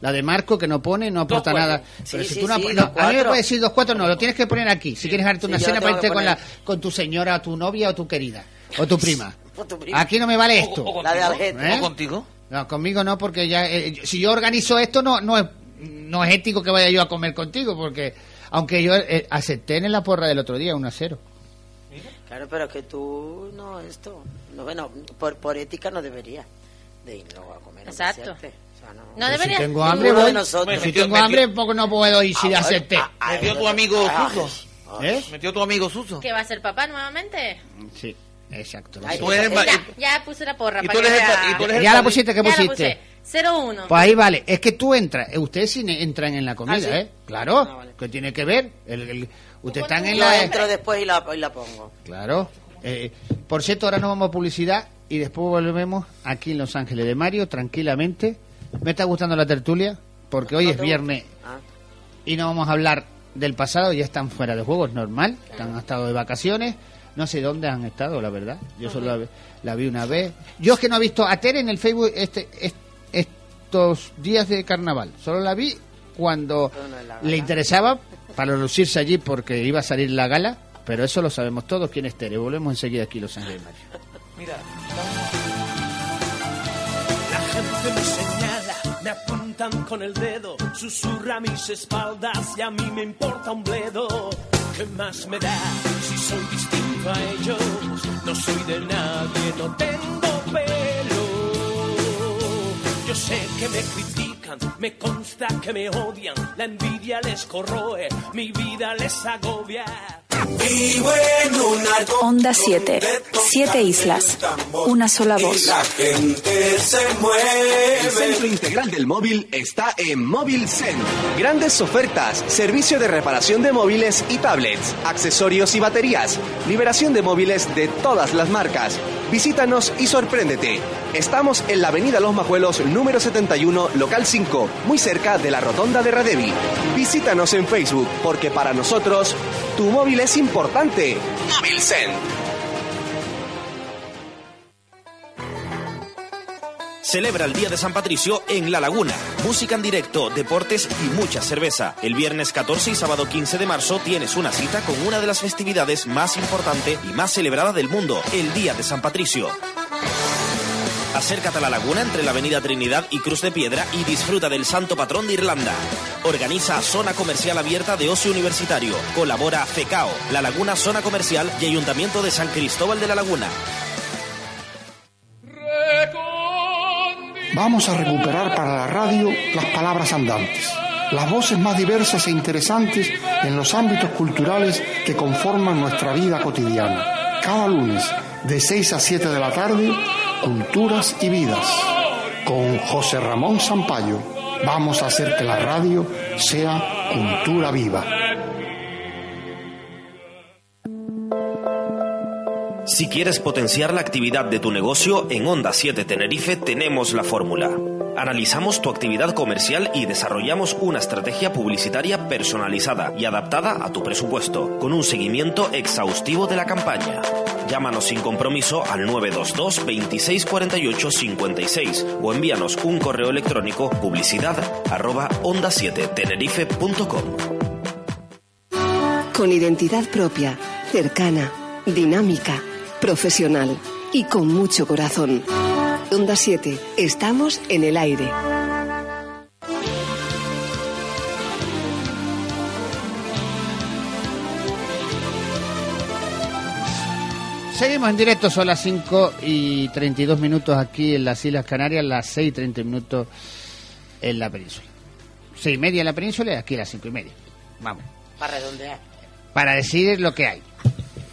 la de Marco, que no pone, no aporta
cuatro.
nada.
Sí,
Pero si
sí,
tú no
sí,
ap-
dos
no, a mí me
cuatro.
puedes decir dos cuatro, no, lo tienes que poner aquí. Si quieres darte
Sí,
una
yo
cena
lo
para
tengo que
irte con, la,
poner.
con tu señora, o tu novia o tu querida, o tu prima.
O tu prima.
Aquí no me vale
O-
esto.
o-
La de
contigo.
Algete.
¿Eh?
¿O contigo?
No, conmigo no, porque ya eh, yo- si yo organizo esto no no es no es ético que vaya yo a comer contigo, porque aunque yo eh, acepté en la porra del otro día 1 a 0.
Claro, pero es que tú no, esto. No, bueno, por, por ética no debería de ir luego a comer. a
Exacto.
pasearte. O sea, no.
No
Si
debería.
tengo hambre
Ninguno de
voy.
nosotros.
Si tengo hambre poco no puedo ir si
Ah,
acepté.
ah, ah,
Metió
ah,
tu amigo
ah,
Suso.
ah,
¿Eh?
¿Metió tu amigo Suso?
¿Que va a ser papá nuevamente?
Sí, exacto.
Ay,
Tú eres el
esa-
va-
Ya,
y-
ya puse la porra.
y
para
tú
que
eres el
vea.
pa- y tú eres el
Ya la
padrino.
pusiste, ¿qué
Ya la
pusiste?
puse. 0-1.
Pues ahí vale, es que tú entras, eh, ustedes sí ne- entran en la comida,
¿sí?
¿eh? Claro,
Ah, vale.
que tiene que ver. El, el- ustedes están en
Yo
la... eh,
entro después y la, y la pongo.
Claro. Eh, por cierto, ahora nos vamos a publicidad y después volvemos aquí en Los Ángeles de Mario, tranquilamente. Me está gustando la tertulia, porque hoy
¿No
es
te gusta?
viernes
Ah,
y no vamos a hablar del pasado, ya están fuera de juego, es normal, han estado de vacaciones, no sé dónde han estado, la verdad, yo solo la, ve- la vi una vez. Yo es que no he visto a Tere en el Facebook este, est- estos días de carnaval, solo la vi cuando
Bueno, en la gala.
le interesaba para lucirse allí porque iba a salir la gala, pero eso lo sabemos todos quién es Tere, volvemos enseguida aquí a Los Ángeles de Mario.
La gente me señala, me apuntan con el dedo, susurra a mis espaldas y a mí me importa un bledo. ¿Qué más me da si soy distinto a ellos? No soy de nadie, no tengo pelo. Yo sé que me critican, me consta que me odian, la envidia les corroe, mi vida les agobia.
Onda 7. Siete islas. Una sola voz.
El centro integral del móvil está en Móvil Zen. Grandes ofertas, servicio de reparación de móviles y tablets, accesorios y baterías, liberación de móviles de todas las marcas. Visítanos y sorpréndete. Estamos en la Avenida Los Majuelos número 71, local 5, muy cerca de la Rotonda de Radevi. Visítanos en Facebook porque para nosotros tu móvil es importante. Móvil Zen.
Celebra el Día de San Patricio en La Laguna. Música en directo, deportes y mucha cerveza. El viernes 14 y sábado 15 de marzo tienes una cita con una de las festividades más importante y más celebrada del mundo, el Día de San Patricio. Acércate a la laguna entre la Avenida Trinidad y Cruz de Piedra y disfruta del Santo Patrón de Irlanda. Organiza Zona Comercial Abierta de Ocio Universitario. Colabora FECAO, La Laguna Zona Comercial y Ayuntamiento de San Cristóbal de la Laguna.
Vamos a recuperar para la radio las palabras andantes, las voces más diversas e interesantes en los ámbitos culturales que conforman nuestra vida cotidiana. Cada lunes, de 6 a 7 de la tarde, Culturas y Vidas, con José Ramón Sampaio. Vamos a hacer que la radio sea cultura viva.
Si quieres potenciar la actividad de tu negocio, en Onda 7 Tenerife tenemos la fórmula. Analizamos tu actividad comercial y desarrollamos una estrategia publicitaria personalizada y adaptada a tu presupuesto, con un seguimiento exhaustivo de la campaña. Llámanos sin compromiso al 922 26 48 56 o envíanos un correo electrónico publicidad arroba onda 7 tenerife.com.
Con identidad propia, cercana, dinámica, profesional y con mucho corazón. Onda 7, estamos en el aire.
Seguimos en directo, son las 5 y 32 minutos aquí en las Islas Canarias, las 6 y 30 minutos en la península. 6 y media en la península y aquí las 5 y media. Vamos.
Para redondear.
Para decidir lo que hay.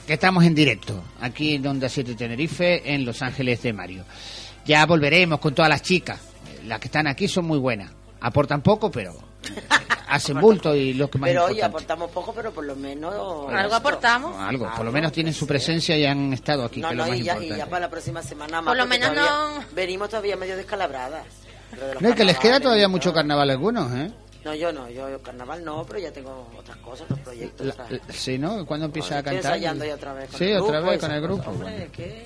Que estamos en directo, aquí en Onda 7 Tenerife, en Los Ángeles de Mario. Ya volveremos con todas las chicas. Las que están aquí son muy buenas. Aportan poco, pero hacen bulto y lo que más
Pero
importante.
oye, aportamos poco, pero por lo menos...
Algo aportamos.
Algo, por
Ah,
lo menos tienen su presencia y han estado aquí,
No,
que es
no,
lo más
y ya, y
importante.
ya para la próxima semana más.
Por lo
porque
menos
todavía-
no-
Venimos todavía medio descalabradas. Lo de los
No, y que les queda
carnavales,
todavía
¿no?
mucho carnaval a algunos, ¿eh?
No, yo no, yo, yo carnaval no, pero ya tengo otras cosas, otros proyectos.
La-
otras-
la- sí, ¿no? ¿Cuándo empieza a
Estoy
cantar?
ensayando ya otra vez con
sí,
el
otra
grupo,
vez con
esas
el grupo.
cosas. Hombre,
bueno.
que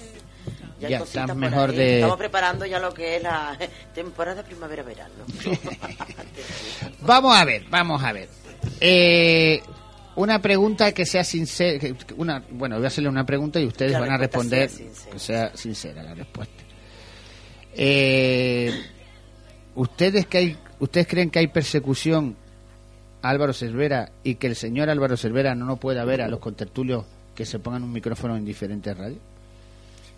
Ya
hay cositas
estás
por
mejor
ahí.
de-
Estamos preparando ya lo que es la temporada primavera-verano.
Vamos a ver, vamos a ver. Eh, una pregunta que sea sincera. que- que Una, bueno, voy a hacerle una pregunta y ustedes
La
van a
respuesta
responder.
sea sincera.
Que sea sincera la respuesta. Eh, ¿Ustedes que hay, ustedes creen que hay persecución a Álvaro Cervera y que el señor Álvaro Cervera no, no pueda ver a los contertulios que se pongan un micrófono en diferentes radios?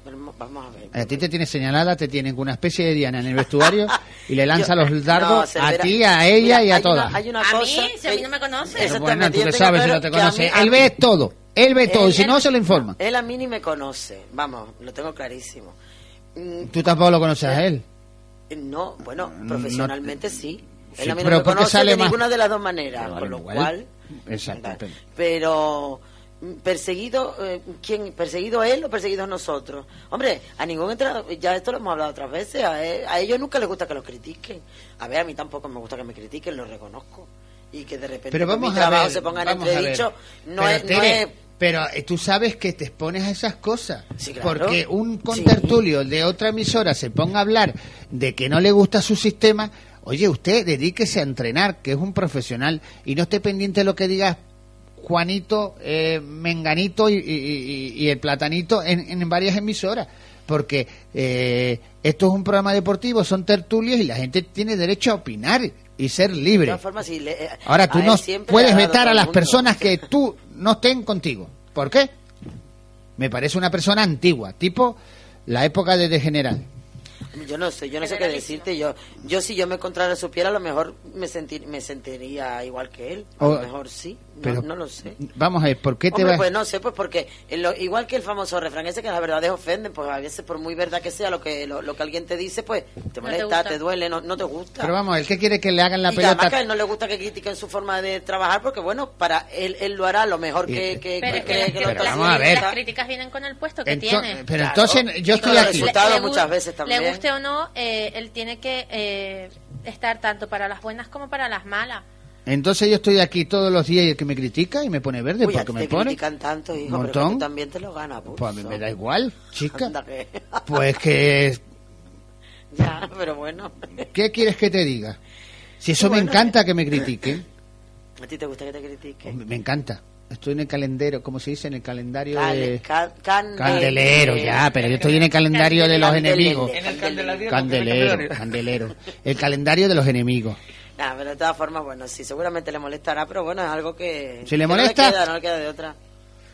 Vamos vamos a ver.
A ti te tiene señalada, te tienen con una especie de diana en el vestuario y le lanza los dardos
eh, No,
a
Cervera.
ti, a ella
Mira,
y
hay
a
una-
todas.
hay una
A
cosa
mí, si a mí no me conoce.
Pero
Exactamente,
bueno, tú
yo
le
tengo
sabes si
claro
no te
que a mí-
conoce.
a
Él
mí-
ve todo. Él ve todo. y si
él-
no, se lo informa.
Él a mí ni me conoce, vamos, lo tengo clarísimo. Mm,
Tú tampoco lo conoces a él.
No, bueno,
No-
profesionalmente sí.
Sí,
Él a mí
pero
no me
porque
conoce
sale
de
más-
ninguna de las dos maneras,
Pero
con
vale,
lo
igual.
cual...
Exacto.
Vale. Pero mm, perseguido, eh, ¿quién? ¿Perseguido él o perseguidos nosotros? Hombre, a ningún entrenador, ya esto lo hemos hablado otras veces, a, él- a ellos nunca les gusta que los critiquen. A ver, a mí tampoco me gusta que me critiquen, lo reconozco. Y que de repente
Pero
con mi
vamos a
trabajo
ver.
se pongan
vamos a ver.
entredicho, no
pero,
es... no
Tere,
es-
pero, eh, tú sabes que te expones a esas cosas.
Sí, claro.
Porque un
Sí.
contertulio de otra emisora se ponga a hablar de que no le gusta su sistema. Oye, usted dedíquese a entrenar, que es un profesional, y no esté pendiente de lo que digas Juanito, eh, Menganito y, y- y- y el Platanito en, en varias emisoras. Porque eh, esto es un programa deportivo, son tertulias y la gente tiene derecho a opinar y ser
de
libre.
todas formas, sí, le- eh,
Ahora tú
a él
no
siempre le
puedes
ha dado
vetar
todo
a
el
las
mundo.
personas que tú no estén contigo. ¿Por qué? Me parece una persona antigua, tipo la época de Degeneral.
Yo no sé, yo no sé qué
Generalísimo.
decirte. Yo, yo si yo me encontrara supiera, a lo mejor me sentir, me sentiría igual que él. A
O-
lo mejor sí, no,
Oh, Pero
no lo sé.
Vamos a ver, ¿por qué te
Hombre,
vas?
pues no sé, pues porque en lo- igual que el famoso refrán ese que las verdades ofenden, pues a veces por muy verdad que sea lo que lo, lo que alguien te dice, pues te molesta,
gusta.
te, duele, no, no te gusta.
Pero vamos, ¿el qué quiere que le hagan la
y que además
pelota?
que a él no le gusta que critiquen su forma de trabajar, porque bueno, para él, él lo hará lo mejor que,
Y- eh,
que,
Pero
que-
es
que-
que las
que lo
pero
críticas-
que
vamos a ver.
las críticas vienen con el puesto que
Ento-
tiene.
pero
Claro.
entonces yo
Y con
estoy aquí.
los resultados. Resultado
gu-
muchas veces también.
Le guste o no, eh, él tiene que eh, estar tanto para las buenas como para las malas.
Entonces yo estoy aquí todos los días y el que me critica y me pone verde,
Uy, a
porque
ti
me
te
pone.
critican tanto, hijo, pero que
montón.
tú también te lo ganas.
Pues a mí me da igual, chica.
Anda que-
Pues que
ya, pero bueno.
¿qué quieres que te diga? Si eso me
Bueno. eh,
encanta que me critiquen.
¿A ti te gusta que te critiquen?
Hombre, Me encanta. Estoy en el calendario, como se dice, en el calendario
Cale-
de...
ca- can- eh,
Candelero, ya, pero yo estoy en el calendario de los
Candelero.
enemigos.
En el candelario.
Candelero, candelero. El calendario de los enemigos.
Nah, pero de todas formas, bueno, sí, seguramente le molestará, pero bueno, es algo que...
Si le
que no
molesta-
queda, no le queda de otra.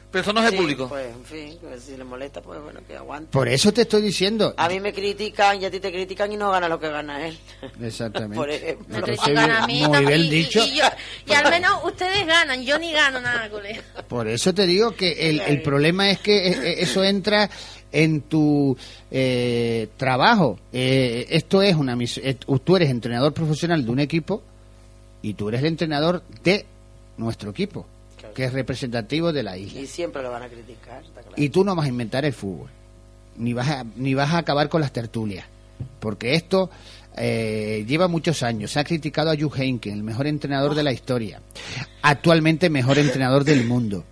Pero eso no es el
Sí,
público.
Pues, en fin, pues, si le molesta, pues bueno, que aguante.
Por eso te estoy diciendo.
A mí me critican y a ti te critican y no gana lo que gana él.
Exactamente.
Por eh, ejemplo.
Me
Entonces,
critican a mí
muy
tam-
bien
y, y-
dicho.
y yo- y al menos ustedes ganan, yo ni gano nada, colega.
Por eso te digo que el, el problema es que e- e- eso entra en tu eh, trabajo. Eh, esto es una mis- eh, Tú eres entrenador profesional de un equipo y tú eres el entrenador de nuestro equipo, que es representativo de la isla.
Y siempre lo van a criticar, está claro.
Y tú no vas a inventar el fútbol, ni vas a, ni vas a acabar con las tertulias, porque esto eh, lleva muchos años. Se ha criticado a Hugh Heinken, el mejor entrenador de la historia. Actualmente mejor entrenador del mundo.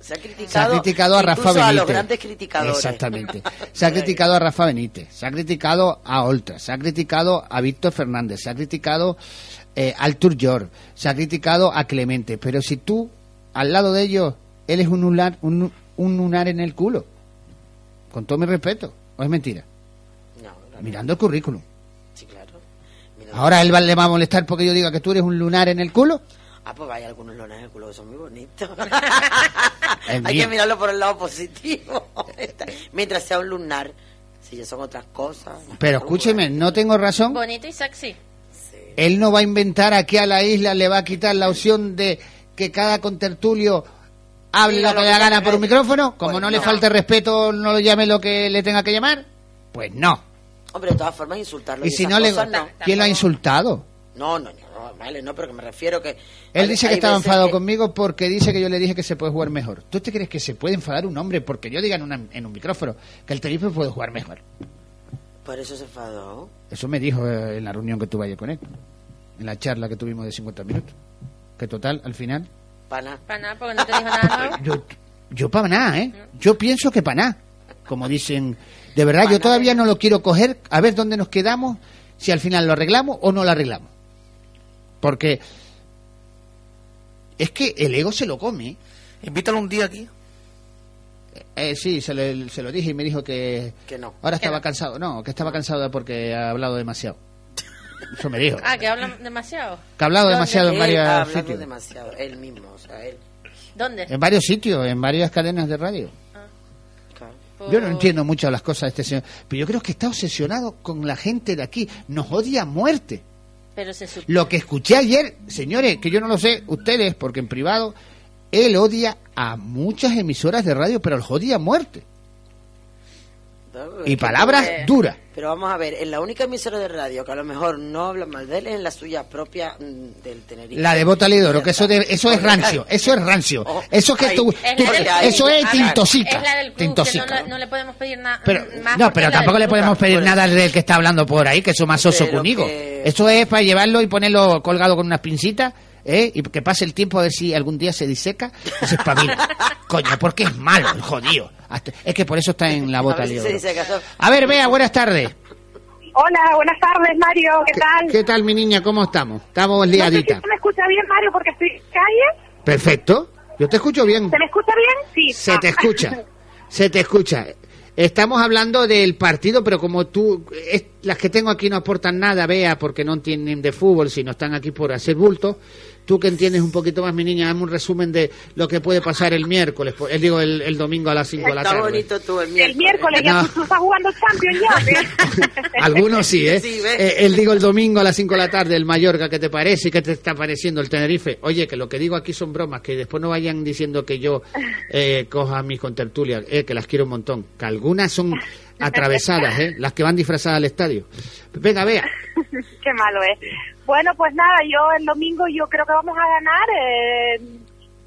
Se ha criticado,
Se ha criticado a Rafa
incluso
Benítez.
a los grandes criticadores.
Exactamente. Se ha criticado a Rafa Benítez, se ha criticado a Oltra, se ha criticado a Víctor Fernández, se ha criticado eh, al Turjor, se ha criticado a Clemente. Pero si tú, al lado de ellos, él es un lunar, un, un lunar en el culo. Con todo mi respeto. ¿O es mentira?
No, no,
Mirando el currículum.
sí, claro. Mira,
Ahora él va- le va a molestar porque yo diga que tú eres un lunar en el culo.
Ah, pues hay algunos lones en el culo que son muy bonitos.
El
hay
mío.
que mirarlo por el lado positivo. Mientras sea un lunar, si ya son otras cosas.
Pero escúcheme, no tengo razón.
Bonito y sexy.
Él no va a inventar aquí a la isla, le va a quitar la opción de que cada contertulio hable
Diga
lo que
lo
le
que
gana
quiera.
por un micrófono. Como
Pues
no, le
no.
falte respeto, no lo llame lo que le tenga que llamar. Pues no.
Hombre, de todas formas, insultarlo.
Y si no le.
No.
¿Quién lo ha insultado?
No, no, no, vale, no, pero que me refiero que...
Él
vale,
dice que
hay
estaba
veces
enfadado
que-
conmigo porque dice que yo le dije que se puede jugar mejor. ¿Tú te crees que se puede enfadar un hombre porque yo diga en, una- en un micrófono que el Tenerife puede jugar mejor?
Por eso se enfadó.
Eso me dijo eh, en la reunión que tuve ayer con él, en la charla que tuvimos de 50 minutos. Que total, al final,
Pana.
Para nada, porque no te dijo nada nuevo.
yo, yo para nada, ¿eh? Yo pienso que para nada. Como dicen, de verdad, yo todavía no lo quiero coger, a ver dónde nos quedamos, si al final lo arreglamos o no lo arreglamos. Porque es que el ego se lo come.
Invítalo un día aquí.
Eh, sí, se lo, se lo dije y me dijo que...
Que no.
Ahora estaba cansado, no, que estaba cansado porque ha hablado demasiado. Eso me dijo.
Ah, que hablan demasiado.
Que ha hablado demasiado en
él ha
varios
hablado
sitios.
demasiado, él mismo, o sea, él...
¿Dónde?
En varios sitios, en varias cadenas de radio.
claro.
Yo no entiendo mucho las cosas de este señor, pero yo creo que está obsesionado con la gente de aquí. Nos odia a muerte.
Pero se supone.
Lo que escuché ayer, señores, que yo no lo sé, ustedes, porque en privado, él odia a muchas emisoras de radio, pero los odia a muerte.
No,
Y
es que-
palabras
eh,
duras.
Pero vamos a ver, en la única emisora de radio que a lo mejor no habla mal de él es en la suya propia mm, del Tenerife.
La de Bota Lidoro,
Ya
que eso,
está.
de- eso es
Porque-
rancio, eso es rancio.
Oh,
Eso que
ahí.
tú-
Es
la
tú-
del club.
eso
A
es
ver,
tintosica.
Es la del club,
tintosica.
que no, le- no le podemos pedir nada.
Pero,
más
no,
porque
pero
es la
tampoco
del
le
club.
podemos pedir nada del que está hablando por ahí, que eso más soso
Pero
conmigo.
que-
Eso es para llevarlo y ponerlo colgado con unas pincitas, ¿eh? Y que pase el tiempo a ver si algún día se diseca y se espabila. Coño, porque es malo el jodido. Hasta- Es que por eso está en la
A
bota
ver si
lío.
se dice que eso-
A ver, Bea, buenas tardes.
Hola, buenas tardes, Mario, ¿qué, tal?
¿Qué tal, mi niña? ¿Cómo estamos? Estamos
no sé si
liaditas.
se me escucha bien, Mario, porque estoy en calle.
Perfecto. Yo te escucho bien.
¿Se me escucha bien? Sí.
Se te
Ah.
escucha, se te escucha. Estamos hablando del partido, pero como tú, es- las que tengo aquí no aportan nada, vea, porque no entienden de fútbol, sino están aquí por hacer bultos. Tú que entiendes un poquito más, mi niña, dame un resumen de lo que puede pasar el miércoles, por- eh, digo, el, el domingo a las 5 de la
Está
tarde.
bonito tú el miércoles.
El miércoles ya
No.
tú, tú estás jugando Champions ya.
Algunos sí, ¿eh?
Sí, ve.
Eh, El digo el domingo a las 5 de la tarde, el Mallorca, ¿qué te parece? ¿Qué te está pareciendo el Tenerife? Oye, que lo que digo aquí son bromas, que después no vayan diciendo que yo eh, coja mis contertulias, eh, que las quiero un montón. Que algunas son atravesadas, ¿eh? Las que van disfrazadas al estadio. Venga, vea.
Qué malo es. Bueno, pues nada, yo el domingo yo creo que vamos a ganar. eh,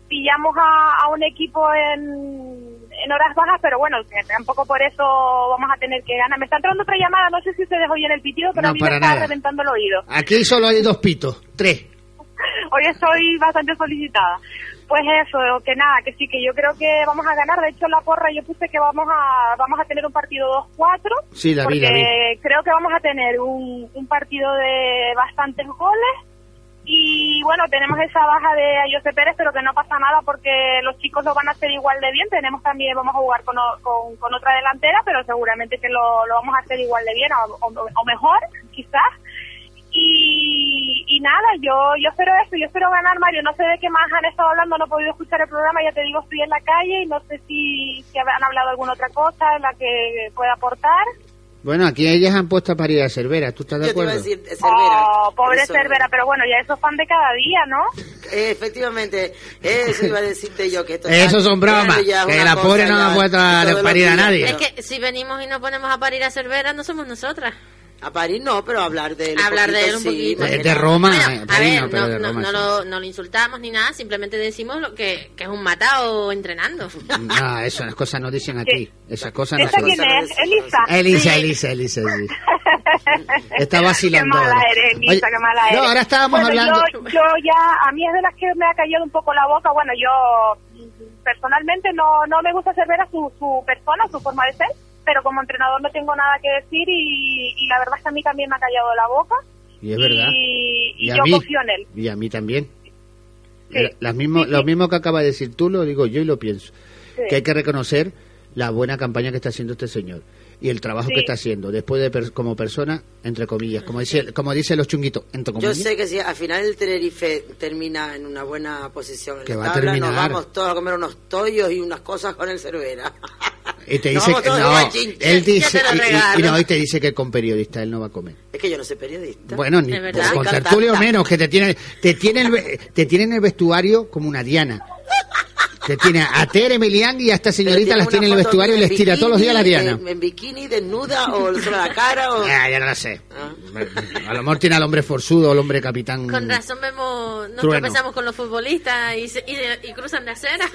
pillamos a, a un equipo en, en horas bajas, pero bueno, que tampoco por eso vamos a tener que ganar. Me está entrando otra llamada, no sé si ustedes oyen el pitido, pero
No,
a mí me
para
está
nada.
reventando el oído.
Aquí solo hay dos pitos, tres.
Hoy estoy bastante solicitada. Pues eso, que nada, que sí, que yo creo que vamos a ganar. De hecho, la porra yo puse que vamos a vamos a tener un partido 2-4.
Sí, David,
Porque
David.
creo que vamos a tener un, un partido de bastantes goles. Y bueno, tenemos esa baja de José Pérez, pero que no pasa nada porque los chicos lo van a hacer igual de bien. Tenemos también, vamos a jugar con, o- con, con otra delantera, pero seguramente que lo, lo vamos a hacer igual de bien o- o- o mejor, quizás y, y nada, yo yo espero eso, yo espero ganar, Mario. No sé de qué más han estado hablando, no he podido escuchar el programa, ya te digo, estoy en la calle y no sé si, si han hablado alguna otra cosa en la que pueda aportar.
Bueno, aquí ellas han puesto a parir a Cervera, ¿tú estás de
Yo te iba
acuerdo?
a decir, eh, Cervera.
Oh, pobre
Eso-
Cervera, pero bueno, ya eso es fan de cada día, ¿no?
Eh, efectivamente, eso iba a decirte yo. que esto
Eso
está
son bromas,
grande ya, es
que
una
la pobre
cosa
no
ya
la puede
de todos los
parir a
días,
nadie.
pero-
Es que si venimos y nos ponemos a parir a Cervera, no somos nosotras.
A parir no, pero hablar de él. un
Hablar de
poquito,
él un
sí,
poquito.
porque
Es de
no-
Roma,
Bueno,
eh,
a
Padrino,
ver,
pero
no,
de
no-
Roma,
no
sí.
lo, no lo insultamos ni nada, simplemente decimos lo que, que es un matado entrenando.
No, eso, las cosas no dicen aquí. Esas cosas no
¿Esa
son.
quién es?
Cervera.
Elisa.
Elisa, Elisa, Elisa. sí. Está vacilando.
Qué mala
ahora.
eres, Lisa,
Oye,
qué mala eres.
No, ahora estábamos
Bueno,
hablando.
Yo, yo ya, a mí es de las que me ha caído un poco la boca. Bueno, yo mm, personalmente no, no me gusta hacer ver a su, su persona, su forma de ser, pero como entrenador no tengo nada que decir y, y la verdad es que a mí también me ha callado la boca.
Y es verdad.
Y, y
a
yo
mí.
confío en él.
Y a mí también.
Sí,
La- las mismo- Lo mismo que acaba de decir tú, lo digo yo y lo pienso.
Sí.
Que hay que reconocer la buena campaña que está haciendo este señor y el trabajo
Sí.
que está haciendo después de per- como persona entre comillas como dice como dicen los chunguitos entre
Yo
comillas
sé que si al final el Tenerife termina en una buena posición en
Que
la
va a
tabla, nos
terminar.
vamos todos a comer unos tollos y unas cosas con el Cervera.
y Eh, te
Nos
dice
vamos
que
todos de
no
guachín,
él
ya
dice
te lo
y- y- y
regalo.
no, y te dice que con periodista él no va a comer
Es que yo no soy periodista.
Bueno, ni,
Es verdad.
con
Soy
tertulio
cantante.
menos, que te tiene, te tiene el, ve- te tiene en el vestuario como una diana. Te tiene a Tere Melián y a esta señorita las tiene en el
una foto
vestuario y
mía en
les tira todos los días la
bikini,
diana.
En, en bikini, desnuda, o solo la cara, o...
Ah, ya no la sé. A lo mejor tiene al hombre forzudo, al hombre capitán.
Con razón vemos, nos
Trueno.
tropezamos con los futbolistas y, se- y, y cruzan la acera.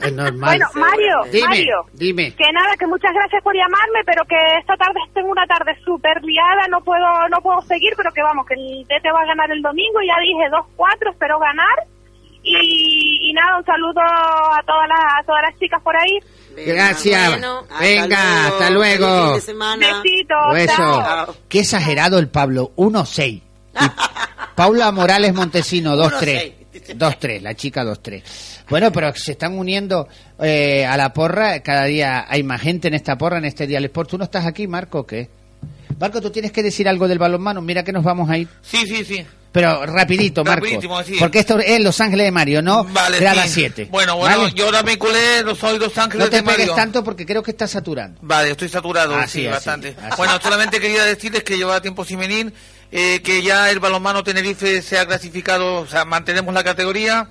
Es normal.
Bueno, Mario,
dime,
Mario.
dime.
Que nada, que muchas gracias por llamarme, pero que esta tarde tengo una tarde súper liada, no puedo no puedo seguir, pero que vamos, que el Tete va a ganar el domingo, ya dije 2-4, espero ganar. Y, y nada, un saludo a todas las a todas las chicas por ahí.
Gracias.
Bueno, hasta
Venga, hasta luego.
Feliz fin de semana.
Besitos,
Hueso.
chao.
Qué exagerado el Pablo. 1-6. Y Paula Morales Montesino, 2-3. 2-3, la chica 2-3. Bueno, pero se están uniendo eh, a la porra. Cada día hay más gente en esta porra, en este Dial Sport. ¿Tú no estás aquí, Marco, o qué? Marco, tú tienes que decir algo del balonmano. Mira que nos vamos a ir.
Sí, sí, sí.
Pero rapidito, Marco.
Rapidísimo, sí.
Porque esto es Los Ángeles de Mario, ¿no?
Vale,
Era a las
sí.
7.
Bueno, bueno,
¿vale?
yo ahora me culé, no soy Los Ángeles
No te
de Mario.
pegues tanto porque creo que está saturando.
Vale, estoy saturado,
Así,
sí,
así,
bastante.
así.
Bueno, solamente quería decirles que llevaba tiempo sin venir, eh, que ya el balonmano Tenerife se ha clasificado, o sea, mantenemos la categoría.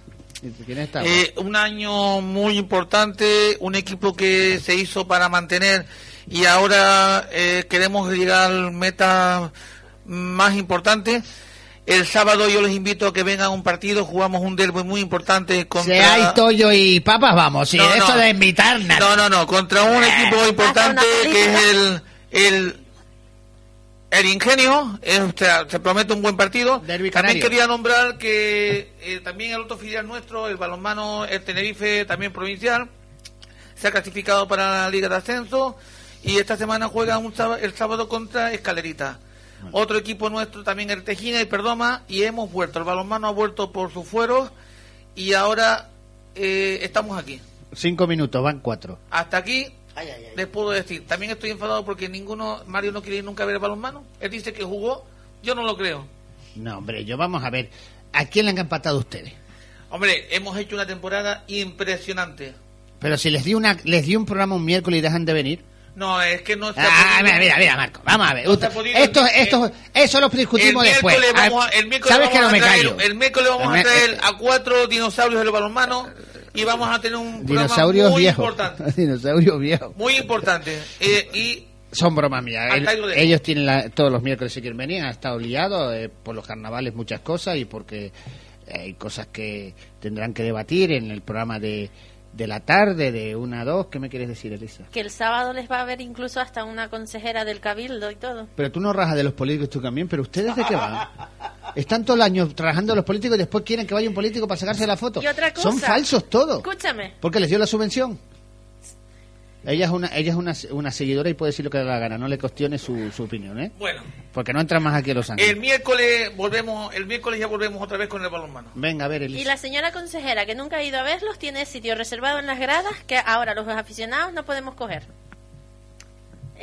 ¿Quién está?
Eh, un año muy importante, un equipo que se hizo para mantener y ahora eh, queremos llegar al meta más importante. El sábado yo les invito a que vengan a un partido, jugamos un derby muy importante
Si hay
contra...
tollo y papas, vamos. Si
No,
de
no.
eso de invitar, nada. Eh.
No, no, no, contra un equipo importante que es el... el el ingenio, eh, o sea, se promete un buen partido.
Derbi
También
canario.
quería nombrar que eh, también el otro filial nuestro, el balonmano, el Tenerife, también provincial, se ha clasificado para la Liga de Ascenso y esta semana juega un sába- el sábado contra Escalerita. Otro equipo nuestro también el Tejina y Perdoma y hemos vuelto. El balonmano ha vuelto por sus fueros y ahora eh, estamos aquí.
Cinco minutos, van cuatro.
Hasta aquí
Ay, ay, ay.
les puedo decir. También estoy enfadado porque ninguno, Mario no quiere ir nunca a ver el balonmano. Él dice que jugó, yo no lo creo.
No, hombre, yo vamos a ver. ¿A quién le han empatado ustedes?
Hombre, hemos hecho una temporada impresionante.
Pero si les di, una, les di un programa un miércoles y dejan de venir.
No, es que no se ha
Ah,
podido.
mira, mira, mira, Marco. Vamos a ver.
No se ha
Usted-
podido.
Esto,
Eh,
esto, eso lo discutimos
el
después.
miércoles
Ah,
vamos a, el miércoles
Sabes
vamos
que no
a
me
traer,
callo.
el miércoles vamos
El
a
me-
traer a cuatro dinosaurios del balonmano y vamos a tener un programa
Dinosaurios
muy
viejos.
importante.
Dinosaurios viejos.
Muy importante. Eh, y
Son bromas mías.
Hasta
El-
ahí lo dejo.
ellos tienen la- todos los miércoles si quieren venir. Han estado liados eh, por los carnavales muchas cosas y porque eh, hay cosas que tendrán que debatir en el programa de, de la tarde, de una a dos. ¿Qué me quieres decir, Elisa?
Que el sábado les va a ver incluso hasta una consejera del cabildo y todo.
Pero tú no rajas de los políticos tú también, pero ¿ustedes de qué van? Están todo el año trabajando los políticos y después quieren que vaya un político para sacarse la foto.
Y otra cosa.
Oh, Son falsos todos.
Escúchame.
Porque les dio la subvención. Ella es una, ella es una, una seguidora y puede decir lo que le da la gana. No le cuestione su, su opinión, ¿eh?
bueno,
Porque no entra más aquí a Los Ángeles.
el miércoles volvemos, el miércoles ya volvemos otra vez con el balonmano.
Venga, a ver,
Y
Elisa.
la señora consejera, que nunca ha ido a verlos, tiene sitio reservado en las gradas que ahora los aficionados no podemos coger.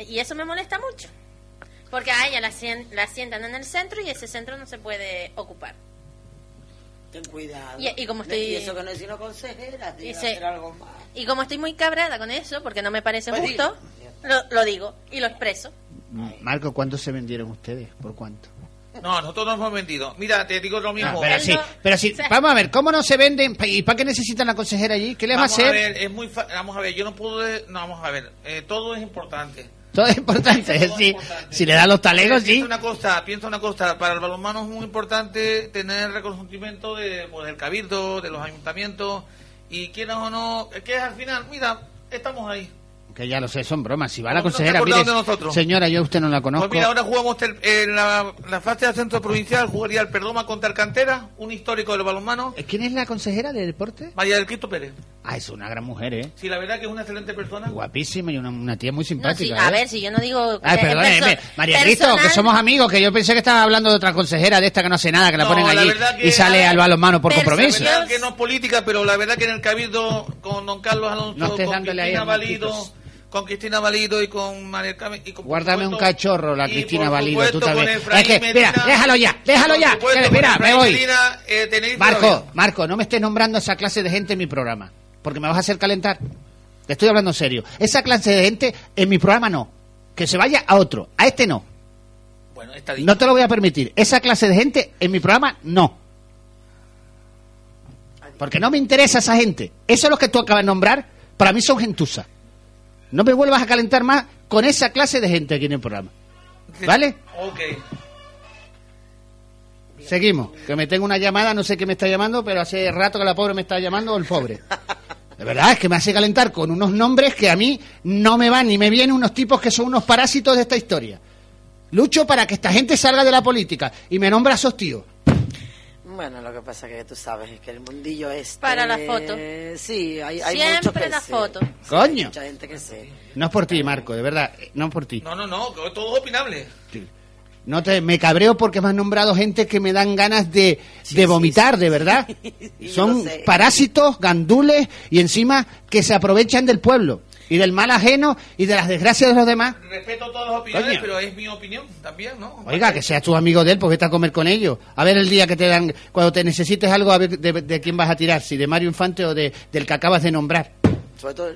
Y eso me molesta mucho. Porque a ella la, sien- la sientan en el centro y ese centro no se puede ocupar.
Ten cuidado.
Y- y como estoy-
Y eso que no es sino consejera, tiene que
Dice-
hacer algo más.
Y como estoy muy cabreada con eso, porque no me parece
Pues
justo, lo, lo digo y lo expreso.
M- Marco, ¿cuánto se vendieron ustedes? ¿Por cuánto?
No, nosotros nos hemos vendido. Mira, te digo lo
Ah,
mismo.
pero
él
sí,
no-
pero sí.
Sí.
Vamos a ver, ¿cómo no se venden? Pa- ¿Y para qué necesitan la consejera allí? ¿Qué les
vamos
va a
a
hacer?
ver, eh. es muy fa- vamos a ver, yo no puedo, de- no vamos a ver, eh, todo es importante.
Todo es importante.
Todo es
sí.
importante.
Si le dan los talegos, sí.
Piensa una cosa, piensa una cosa, para el balonmano es muy importante tener reconocimiento de, pues, del cabildo, de los ayuntamientos, y quieras o no, que es al final, mira, estamos ahí.
Que ya lo sé, son bromas. Si va la
No, no se
consejera,
acordaron
mire,
de nosotros.
señora, yo a usted no la conozco.
Pues mira, ahora jugamos tel- en la, la fase de ascenso provincial, jugaría el Perdoma contra el Cantera, un histórico del balonmano,
¿Quién es la consejera de deporte?
María del Cristo Pérez.
Ah, es una gran mujer, ¿eh?
Sí, la verdad que es una excelente persona.
Guapísima y una, una tía muy
No, sí,
simpática.
a
¿eh?
ver, si yo no digo...
Ay,
eh,
perdóneme,
perso-
María Cristo, que
personal,
somos amigos, que yo pensé que estaba hablando de otra consejera de esta que no hace nada, que la
No,
ponen
la
allí
verdad que-
y sale
a
al
ver,
balonmano por
perso-
La
compromiso.
verdad que no es política, pero la verdad que en el Cabildo con don Carlos Alonso,
No estés
con
dándole ahí
Cristina
a
Valido,
marquitos.
con Cristina Valido y con María Carmen. Y con, por
Guárdame un
supuesto-
cachorro, la
y
Cristina
por
Valido, tú
supuesto con
también.
Efraín
Es que,
Medina,
mira, déjalo ya, déjalo
por
ya.
supuesto,
que-
con
mira, me
Efraín
voy.
Medina, eh, Tenerife,
Marco,
Valencia.
Marco, no me estés nombrando a esa clase de gente en mi programa, porque me vas a hacer calentar. Te estoy hablando en serio. Esa clase de gente en mi programa no. Que se vaya a otro, a este no.
Bueno, está dicho.
No te lo voy a permitir. Esa clase de gente en mi programa no. Porque no me interesa esa gente. Eso es lo que tú acabas de nombrar. Para mí son gentuza. No me vuelvas a calentar más con esa clase de gente aquí en el programa. ¿Vale?
Ok.
Seguimos. Que me tengo una llamada, no sé qué me está llamando, pero hace rato que la pobre me está llamando, o el pobre. De verdad, es que me hace calentar con unos nombres que a mí no me van ni me vienen unos tipos que son unos parásitos de esta historia. Lucho para que esta gente salga de la política y me nombra a esos tíos.
Bueno, lo que pasa que tú sabes es que el mundillo es...
Para la foto.
Sí, hay, hay
Siempre
muchos que
la
sí.
foto.
Sí, hay
Coño.
mucha gente que sí.
No es por ti, Marco, de verdad, eh, no es por ti.
No, no, no, que todo es opinable.
No te, me cabreo porque me has nombrado gente que me dan ganas de,
Sí,
de
sí,
vomitar,
sí,
de
sí.
verdad.
Yo
Son
lo sé.
parásitos, gandules y encima que se aprovechan del pueblo y del mal ajeno y de las desgracias de los demás.
Respeto todas las opiniones,
Coño.
pero es mi opinión también, ¿no?
Oiga, que seas tu amigo de él, pues vete a comer con ellos. A ver el día que te dan, cuando te necesites algo, a ver de, de quién vas a tirar, si de Mario Infante o de, del que acabas de nombrar.
Sobre todo...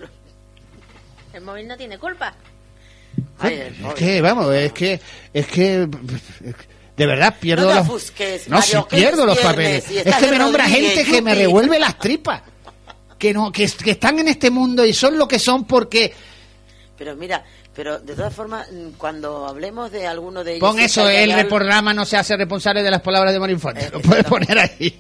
El móvil no tiene culpa.
Ay, el
¿Eh? Es
pobre.
que, vamos, es que, es que, de verdad pierdo
No te
los,
ofusques,
no,
Mario,
sí,
que
pierdo los
viernes
papeles.
y
Es
estás
que me
en
nombra
Rodríguez,
gente que me
yupi.
revuelve las tripas, que no, que, que están en este mundo y son lo que son porque
Pero mira, pero de todas formas, mm, cuando hablemos de alguno de ellos...
pon eso,
siempre hay
el
algo-
programa no se hace responsable de las palabras de Mario Infante.
Eh,
Lo puedes
no.
poner ahí.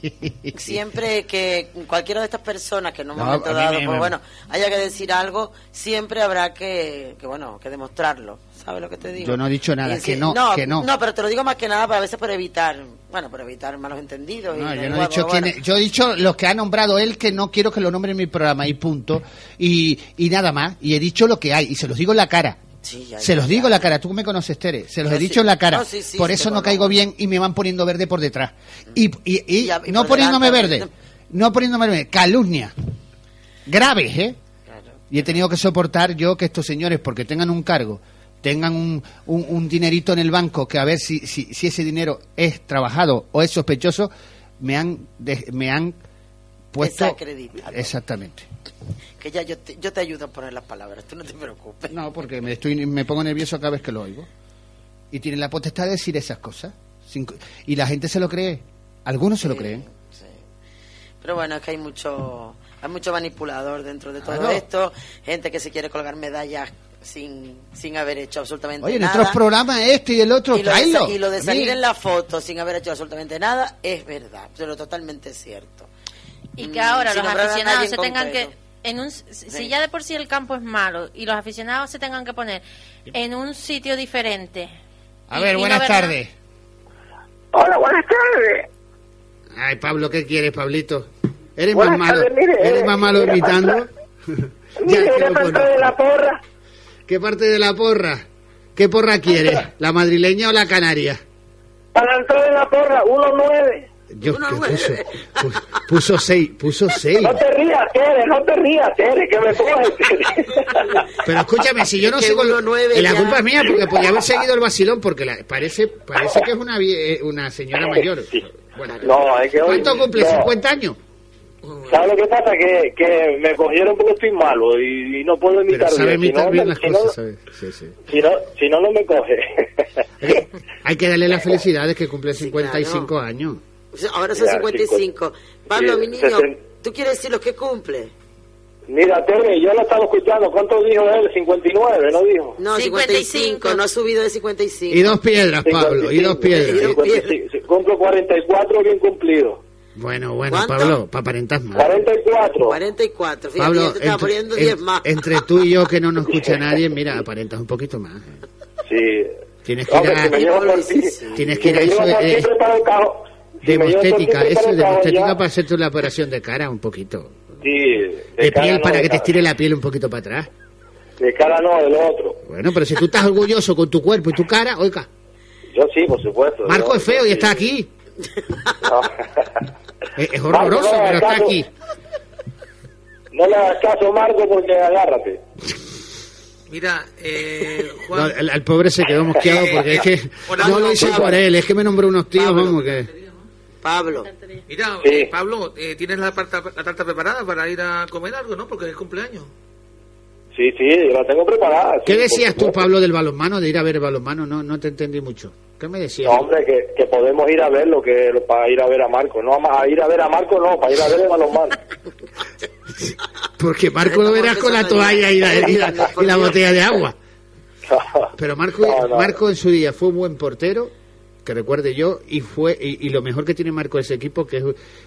Siempre que cualquiera de estas personas que en un
No,
momento
a mí
dado,
me-
pues
me-
bueno, haya que decir algo, siempre habrá que, que, bueno, que demostrarlo. ¿Sabes lo que te digo?
Yo no he dicho nada,
Y
que no, que no.
pero te lo digo más que nada para a veces por evitar, bueno, por evitar malos entendidos. y
No, yo
de
no he
nuevo,
dicho
bueno.
quién es- yo he dicho los que ha nombrado él que no quiero que lo nombre en mi programa y punto y, y nada más y he dicho lo que hay y se los digo en la cara.
Sí, ya,
se
ya,
los
ya.
digo en la cara, tú me conoces Tere, se los
No,
he
sí.
dicho en la cara.
No, sí, sí,
por
sí,
eso
te
no
conozco.
caigo bien y me van poniendo verde por detrás. Y, y- y
Y a- Mm. y
no
por
poniéndome
delante.
verde, no poniéndome verde, calumnia. Graves, ¿eh?
Claro.
Y he tenido que soportar yo que estos señores, porque tengan un cargo, tengan un, un- un dinerito en el banco, que a ver si, si, si ese dinero es trabajado o es sospechoso, me han, de- me han puesto...
Desacreditado.
Exactamente.
Que ya yo te, yo te ayudo a poner las palabras, tú no te preocupes.
No, porque me, estoy, me pongo nervioso cada vez que lo oigo. Y tienen la potestad de decir esas cosas. Sin cu- y la gente se lo cree. Algunos se lo
Sí,
creen.
sí. Pero bueno, es que hay mucho, hay mucho manipulador dentro de todo
Claro.
esto, gente que se quiere colgar medallas sin, sin haber hecho absolutamente
Oye, en
nada.
otros programas este y el otro,
y lo, de,
tráelo.
sa- y lo de
A mí-
salir en la foto sin haber hecho absolutamente nada es verdad, pero totalmente cierto.
Y
Mm,
que ahora
si
los
nombrar a
aficionados
nadie
se
en
tengan que...
concreto.
En un, si si ya de por sí el campo es malo y los aficionados se tengan que poner en un sitio diferente.
A
Y- y
ver,
no
buenas
ver nada.
tardes.
Hola, buenas tardes.
Ay, Pablo, ¿qué quieres, Pablito? Eres
Buenas
más malo.
tardes, mire,
eres
eh,
más malo
mira,
gritando.
pasa-
Ya
Mire,
te
era
lo
parte
conozco.
de la porra.
¿Qué parte de la porra? ¿Qué porra quieres? ¿La madrileña o la canaria?
Para de la porra, 1-9.
Yo que puso, pu- puso seis, puso seis.
No te rías, Tere, no te rías, Tere, que me coges. Tere.
Pero escúchame, si yo no
Que
sigo
uno nueve
y la
ya.
culpa es mía porque podía haber seguido el vacilón porque la- parece parece que es una vie- eh, una señora mayor. Bueno,
No, es que hoy-
¿Cuánto cumple?
no.
¿50 años?
¿Sabes lo que pasa? Que, que me cogieron porque estoy malo y, y no puedo
Pero
imitar
sabe
bien. Si
imitar
no,
bien las
si no-
cosas, ¿sabes? Sí, sí.
Si no, si no, no me coge.
Hay que darle las felicidades que cumple
Sí,
55 años.
O sea, ahora son
Ya,
55. Pablo,
Sí,
mi niño,
sesen-
¿tú quieres decir los que cumple?
Mira, Tere, yo lo estaba escuchando. ¿Cuánto dijo él? 59, ¿no dijo?
No, 55,
55.
no ha subido de 55.
Y dos piedras, Pablo, y dos
55.
piedras.
Y dos piedras.
55. Cumplo 44 bien cumplido.
Bueno, bueno,
¿Cuánto?
Pablo, para aparentar más.
44.
44. Fíjate,
Pablo,
ya te estaba poniendo
en-
10 más.
entre tú y yo que no nos escucha nadie, mira, aparentas un poquito más. eh.
Sí.
Tienes que ir
Hombre,
a,
si me llevas por ti.
tienes que
si
ir a
me
eso
llevas
eh,
aquí preparado el cajón. Si me llevas aquí
demostética,
preparado
eso es
el cajón
demostética
ya.
para hacerte una operación de cara un poquito.
Sí,
De,
cara
piel
no,
para
de
que te
cara.
estire la piel un poquito para atrás.
De cara no, del otro.
Bueno, pero si tú estás orgulloso con tu cuerpo y tu cara, oiga,
Yo sí, por supuesto.
Marco
yo-
es feo y
sí.
está aquí.
No.
Es, es horroroso,
Marco, no,
pero está
Marco.
aquí.
No le hagas caso, Marco, porque agárrate.
Mira, eh,
No,
Juan,
al, al pobre se quedó mosqueado porque es que
Hola,
no lo hice
Pablo.
por él, es que me nombró unos tíos,
Pablo.
vamos, que...
Pablo,
mira
Sí.
eh, Pablo, eh, ¿tienes la tarta, la tarta preparada para ir a comer algo, no? Porque es cumpleaños.
Sí, sí, yo la tengo preparada. sí,
¿Qué
por
decías tú,
supuesto.
Pablo, del balonmano, de ir a ver el balonmano? No, no te entendí mucho. ¿Qué me decías?
No, hombre, que, que podemos ir a verlo, que lo- para ir a ver a Marco. No, a ir a ver a Marco no, para ir a ver el balonmano.
Porque Marco lo verás con la toalla y la, y la- y la botella de agua. Pero Marco,
No, no.
Marco en su día fue un buen portero, que recuerde yo, y fue y, y lo mejor que tiene Marco ese equipo que es,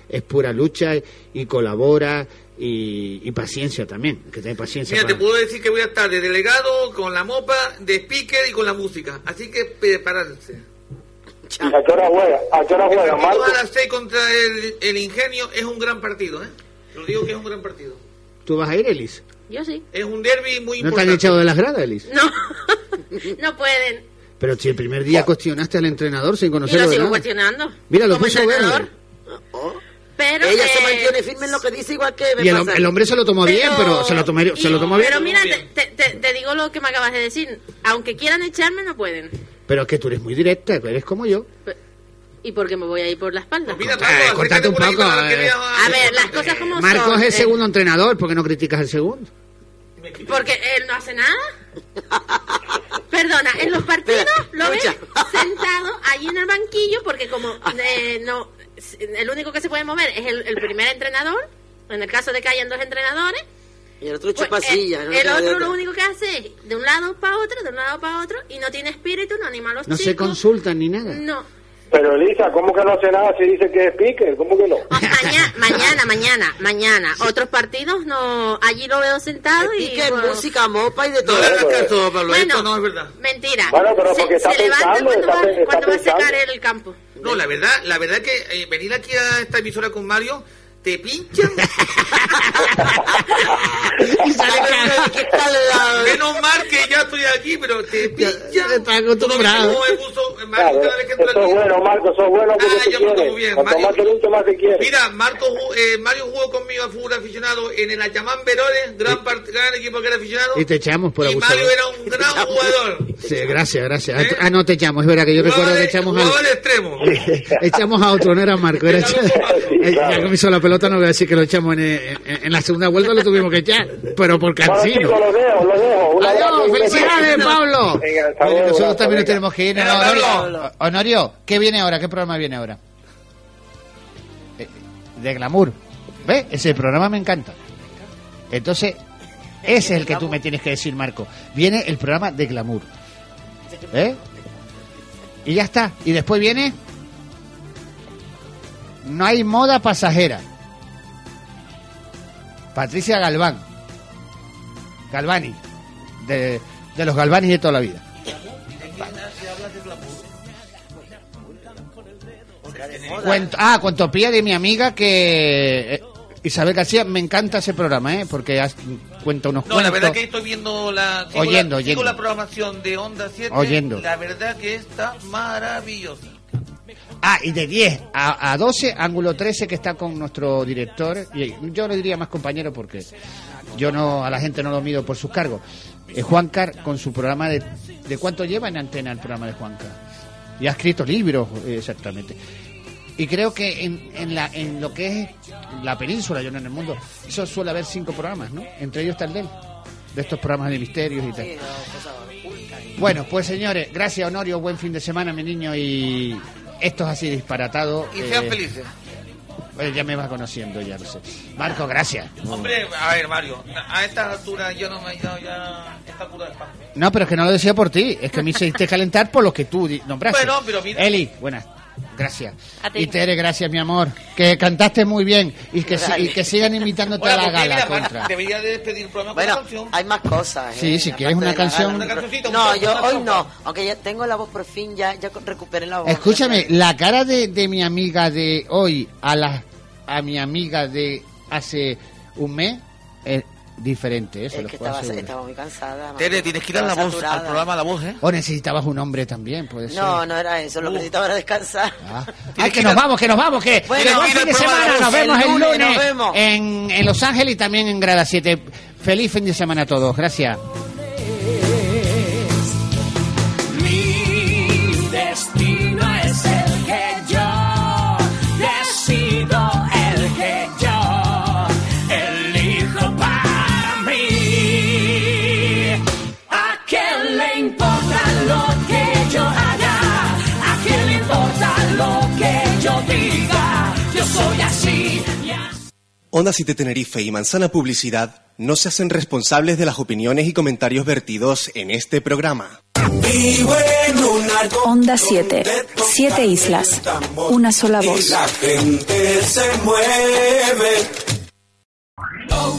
es pura lucha y colabora y, y paciencia también, que tiene paciencia.
Mira, te
para-
puedo decir que voy a estar de delegado, con la mopa, de speaker y con la música. Así que prepararse.
¿A qué hora juega? ¿A qué hora
El
juega,
partido
Marco?
a las 6 contra el, el Ingenio es un gran partido, ¿eh? Te Lo digo que es un gran partido.
¿Tú vas a ir, Elis?
Yo sí.
Es un derby muy
¿No te han
importante.
echado de las gradas, Elis?
No, no pueden.
Pero si el primer día cuestionaste al entrenador sin
Y lo
conocerlo de
sigo
nada.
cuestionando.
Mira, lo
Como
puso
entrenador.
verde.
Pero,
ella
eh,
se mantiene firme en lo que dice, igual que me
Y el, hom-
pasa.
el hombre se lo tomó bien, pero se lo tomó, se lo tomó bien.
Pero mira, te, te- te- te digo lo que me acabas de decir. Aunque quieran echarme, no pueden.
Pero es que tú eres muy directa, eres como yo.
¿Y por qué me voy a ir por la espalda?
Mira,
Eh,
Marco,
cortate
acércate
un
por ahí
poco,
para que
eh.
veas-
A ver, las cosas como son.
Marcos es el
eh,
segundo entrenador, ¿por qué no criticas al segundo?
Porque él no hace nada. Perdona, en los partidos lo ves sentado ahí en el banquillo porque como eh, no el único que se puede mover es el, el primer entrenador, en el caso de que hayan dos entrenadores,
Y el otro
pues,
chupa sillas,
eh,
no
el
queda de
otro
otra.
lo único que hace es de un lado para otro, de un lado para otro y no tiene espíritu, no anima a los
No se
chicos.
consultan ni nada.
No,
Pero Elisa, ¿cómo que no hace nada si dice que es pique? ¿Cómo que no?
mañana, mañana, mañana, mañana. Otros partidos no, allí lo veo sentado y
Pique,
bueno.
música, mopa y de
No
todo.
le hagas caso, Pablo, esto no es verdad.
Mentira.
Bueno, pero
se,
porque está
se levanta
pensando,
cuando,
está
va,
pe- está
cuando va a secar
pensando.
el campo.
No, la verdad, la verdad que eh, venir aquí a esta emisora con Mario, te pinchan.
y sale
¿Qué tal la-
Menos mal que ya estoy aquí, pero te pinchan.
está acostumbrado.
Tú no ves cómo es buzo, eh, Marco,
Claro,
cada vez que entra
eso es
aquí.
bueno, Marco, eso es bueno porque
Ah,
te
yo me tomo bien,
quieres. Cuanto
Mario.
más te lucho, más te quieres.
Mira, Marco, ju- eh, Mario jugó conmigo al fútbol aficionado en el Ayamán Verones, gran, part- gran equipo que era aficionado.
Y te echamos por
Y
abusador.
Mario era un gran jugador.
Sí, gracias, gracias.
¿Eh?
Ah, no te echamos, es verdad que yo
Jugaba
recuerdo que
de-
echamos
jugaba
a...
de extremo.
echamos a otro, no era Marco. Era...
Era otro Marco.
Eh, Ya
Claro.
que me hizo la pelota, no voy a decir que lo echamos en, eh, en- en la segunda vuelta, lo tuvimos que echar, pero por
Bueno,
cansino.
chicos, los dejo, los dejo. Un abrazo y
¡Adiós!
un beso.
¡Felicidades, Pablo!
Venga, hasta
Bueno,
luego,
nosotros
hasta
también nos
venga.
tenemos que ir. ¿no?
Venga,
Honorio,
Pablo.
Honorio, ¿qué viene ahora? ¿Qué programa viene ahora? Eh, De glamour. ¿Ves? Ese programa me encanta. Entonces, ese es el que tú me tienes que decir, Marco. Viene el programa de glamour. ¿Eh? Y ya está. Y después viene... No hay moda pasajera. Patricia Galván. Galvani. De, de los Galvanis de toda la vida. Cuento- ah, Cuentopía de mi amiga que... eh, Isabel García, me encanta ese programa, ¿eh? Porque has- cuenta unos
No, la
cuentos.
verdad que estoy viendo la, sigo
Oyendo,
la, sigo
oyendo.
la programación de Onda 7.
Oyendo.
La verdad que está maravillosa.
Ah, y de 10 a, a 12, ángulo 13, que está con nuestro director. Y yo le diría más compañero porque yo no a la gente no lo mido por sus cargos. Eh, Juancar, con su programa de. ¿De cuánto lleva en antena el programa de Juancar? Y ha escrito libros, eh, exactamente. Y creo que en, en, la, en lo que es la península, yo no en el mundo, eso suele haber cinco programas, ¿no? Entre ellos está el de él, de estos programas de misterios y tal. Bueno, pues señores, gracias Honorio, buen fin de semana, mi niño, y esto es así disparatado.
Y sean
eh,
felices.
eh, ya me vas conociendo, ya lo sé. Marco, gracias.
Hombre, a ver, Mario, a esta altura yo no me he dado ya esta pura de pan.
No, pero es que no lo decía por ti, es que me hiciste calentar por lo que tú di- nombraste.
Bueno, pero mira-
Eli, buenas Gracias.
A ti.
Y Tere, gracias, mi amor. Que cantaste muy bien y que, si-
Vale.
y que sigan invitándote a la
porque
gala
pues mira,
contra.
Debería de despedir el programa con
Bueno,
una canción.
hay más cosas. ¿eh?
Sí, si quieres una
aparte de la
canción.
gala.
Una cancioncita, un
No,
poco,
yo
una
hoy
tropa.
no. Aunque ya tengo la voz por fin, ya, ya recuperé la voz.
Escúchame, la cara de, de mi amiga de hoy a la a mi amiga de hace un mes es diferente, eso
Es
lo
que
puedo
estaba,
asegurar.
estaba muy cansada.
Tere,
mamá.
tienes que dar la
Estaba
voz al
saturada.
programa, la voz, ¿eh?
O necesitabas un hombre también, puede ser.
No, no era eso. Lo que
Uh.
necesitaba era descansar.
Ah.
que
Ay, que
ir
nos
a-
vamos, que nos vamos, que
Bueno,
que buen
mira,
fin de
el programa
semana,
es
nos
el
vemos el
lunes,
lunes,
nos vemos.
En, en Los Ángeles y también en Grada 7. Feliz fin de semana a todos, gracias.
Mi destino es el que yo decido, el que yo elijo para mí. ¿A quién le importa lo que yo haga? ¿A quién le importa lo que yo diga? Yo soy así y así.
Onda City Tenerife y Manzana Publicidad no se hacen responsables de las opiniones y comentarios vertidos en este programa.
Vivo en un arco
Onda 7.
de tocar
Siete islas.
el tambor.
Una sola voz.
Y la gente se mueve.
Oh,